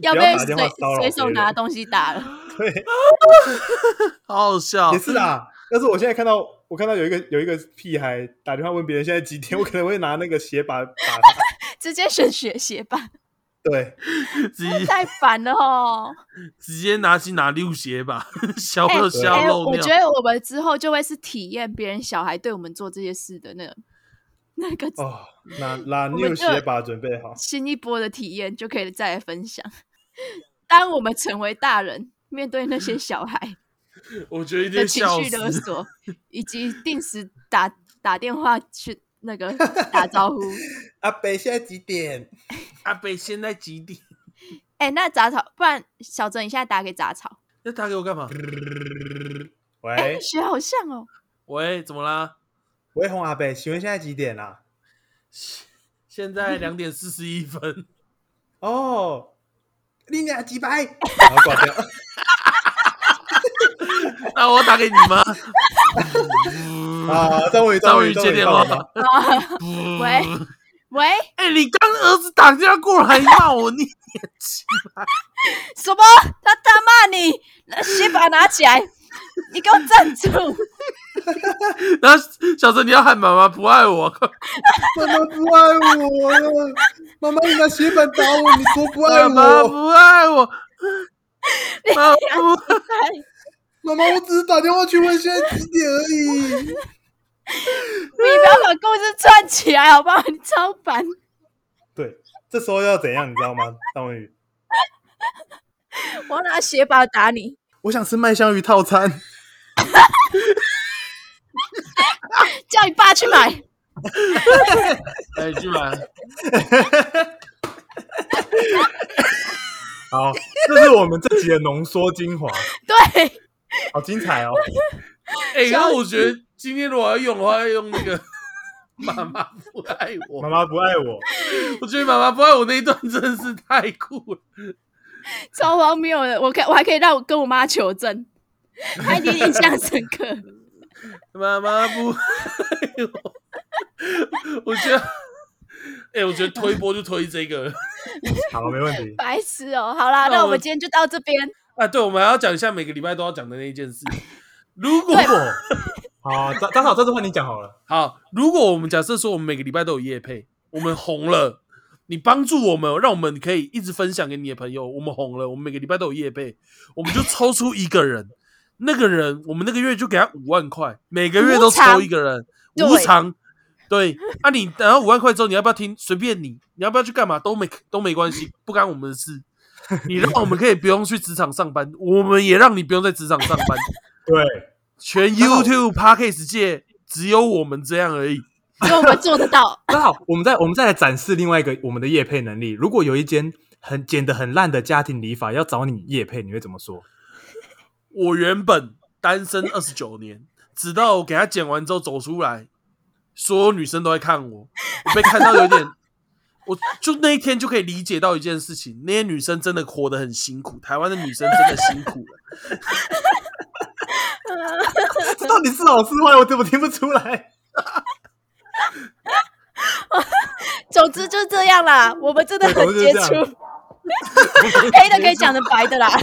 [SPEAKER 1] 要
[SPEAKER 4] 不要
[SPEAKER 1] 被
[SPEAKER 4] 打
[SPEAKER 1] 随
[SPEAKER 4] 电话骚扰
[SPEAKER 1] 随
[SPEAKER 4] 别
[SPEAKER 1] 手
[SPEAKER 4] 人
[SPEAKER 1] 拿东西打了。
[SPEAKER 4] 对，
[SPEAKER 2] 好好笑哦
[SPEAKER 4] 也。是啦。要是我现在看到我看到有一个有一个屁孩打电话问别人现在几点，我可能会拿那个鞋把 打他。
[SPEAKER 1] 直接选学鞋吧，
[SPEAKER 4] 对，
[SPEAKER 2] 直接
[SPEAKER 1] 太烦了哦。
[SPEAKER 2] 直接拿起拿溜鞋吧， 小
[SPEAKER 1] 哎
[SPEAKER 2] 肉小
[SPEAKER 1] 哎
[SPEAKER 2] 漏
[SPEAKER 1] 我
[SPEAKER 2] 尿
[SPEAKER 1] 觉。得我们之后就会是体验别人小孩对我们做这些事的那那个
[SPEAKER 4] 哦，拿拿
[SPEAKER 1] 们
[SPEAKER 4] new
[SPEAKER 1] 就
[SPEAKER 4] 鞋把准备好。
[SPEAKER 1] 新一波的体验，就可以再来分享。 当我们成为大人，面对那些小 孩
[SPEAKER 2] 我觉得一
[SPEAKER 1] 的
[SPEAKER 2] 定
[SPEAKER 1] 情
[SPEAKER 2] 笑
[SPEAKER 1] 绪
[SPEAKER 2] 死
[SPEAKER 1] 勒。索，以及定时打打电话去那个打招 呼。
[SPEAKER 4] 阿北现在几点？
[SPEAKER 2] 阿北现在几点？
[SPEAKER 1] 哎、那杂草，不然小郑你现在打给杂草，
[SPEAKER 2] 要打给我干嘛？
[SPEAKER 1] 哎、
[SPEAKER 4] 喂
[SPEAKER 1] 学好像哦。
[SPEAKER 2] 喂，怎么啦？
[SPEAKER 4] 喂，红阿北，请问现在几点啊？
[SPEAKER 2] 现在两点四十一分。
[SPEAKER 4] 哦，你俩几百，然后挂掉。
[SPEAKER 2] 那我打给你吗？
[SPEAKER 4] 啊，终于
[SPEAKER 2] 终于
[SPEAKER 4] 于
[SPEAKER 2] 接电
[SPEAKER 4] 到
[SPEAKER 2] 话
[SPEAKER 4] 了吗。
[SPEAKER 2] 嗯
[SPEAKER 1] 喂喂，
[SPEAKER 2] 哎、你刚儿子打电话过来骂我，你
[SPEAKER 1] 什么？他大骂你，那鞋把拿起来， 你给我站 住！
[SPEAKER 2] 然后小陈你要喊妈妈不爱我，
[SPEAKER 4] 妈妈不爱我了，妈妈你拿鞋板打我，你多不爱
[SPEAKER 2] 妈妈
[SPEAKER 4] 我。
[SPEAKER 2] 不爱我，妈妈不
[SPEAKER 1] 哎
[SPEAKER 4] 妈妈，我只是打电话去问现在几点而已。
[SPEAKER 1] 你不要把故事串起来好不好？你超烦。
[SPEAKER 4] 对，这时候要怎样，你知道吗？张文宇，
[SPEAKER 1] 我要拿鞋把打你。
[SPEAKER 4] 我想吃麦香鱼套餐。
[SPEAKER 1] 叫你爸去买。
[SPEAKER 2] 哎，去买。
[SPEAKER 3] 好，这是我们这集的浓缩精华，
[SPEAKER 1] 对，
[SPEAKER 3] 好精彩哦！
[SPEAKER 2] 哎、然后我觉得今天如果要用的话，要用那个妈妈不爱我
[SPEAKER 3] 妈。妈不爱我，
[SPEAKER 2] 我觉得妈妈不爱我那一段真的是太酷了。
[SPEAKER 1] 超荒谬的。我可我还可以让我跟我妈求证，她一定印象深刻。
[SPEAKER 2] 妈妈不爱我， 我觉得，哎、我觉得推波就推这个了
[SPEAKER 3] 好，没问题。
[SPEAKER 1] 白痴哦、好啦，
[SPEAKER 2] 那
[SPEAKER 1] 那我
[SPEAKER 2] 我
[SPEAKER 1] 们今天就到这边。
[SPEAKER 2] 啊。对，我们还要讲一下每个礼拜都要讲的那一件事。如果
[SPEAKER 3] 如果好，张张好，这次换你讲好了。
[SPEAKER 2] 好，如果我们假设说我们每个礼拜都有夜配，我们红了，你帮助我们，让我们可以一直分享给你的朋友。我们红了，我们每个礼拜都有夜配，我们就抽出一个人，那个人我们那个月就给他五万块，每个月都
[SPEAKER 1] 无偿
[SPEAKER 2] 抽一个人，
[SPEAKER 1] 对
[SPEAKER 2] 无偿。对，啊，你等到五万块之后，你要不要听？随便你，你要不要去干嘛都没都没关系，不干我们的事。你让我们可以不用去职场上班，我们也让你不用在职场上班。
[SPEAKER 3] 对，
[SPEAKER 2] 全 YouTube Podcast 界只有我们这样而已。
[SPEAKER 1] 因为我们做得到，
[SPEAKER 3] 那好，我们再我们再来展示另外一个我们的业配能力。如果有一间很剪得很烂的家庭理发要找你业配，你会怎么说？
[SPEAKER 2] 我原本单身二十九年，直到我给他剪完之后走出来，所有女生都在看我，我被看到有点， 我就那一天就可以理解到一件事情，那些女生真的活得很辛苦，台湾的女生真的辛苦了。
[SPEAKER 3] 这到底是好是坏，我怎么听不出来？
[SPEAKER 1] 总之就是这样啦。我们真的很杰出
[SPEAKER 3] 对我们，
[SPEAKER 1] 黑的可以讲成白的啦。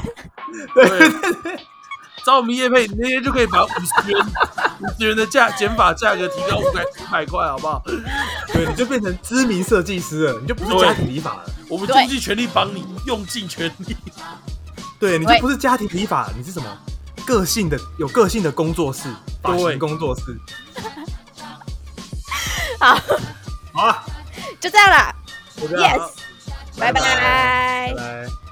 [SPEAKER 2] 对，找我们叶佩，你那天就可以把五十元五十元的价减法价格提高五百五百块，好不好？
[SPEAKER 3] 对，你就变成知名设计师了，你就不是
[SPEAKER 2] 对
[SPEAKER 3] 家庭理发了。
[SPEAKER 2] 我们
[SPEAKER 1] 对
[SPEAKER 2] 尽尽全力帮你，用尽全力。
[SPEAKER 3] 对，你就
[SPEAKER 1] 喂
[SPEAKER 3] 不是家庭理发，你是什么？个性的有个性的工作室，发
[SPEAKER 2] 对
[SPEAKER 3] 型工作室。
[SPEAKER 1] 好，
[SPEAKER 3] 好了，
[SPEAKER 1] 就这样啦。
[SPEAKER 3] 就这样
[SPEAKER 1] Yes，拜拜。
[SPEAKER 4] 来。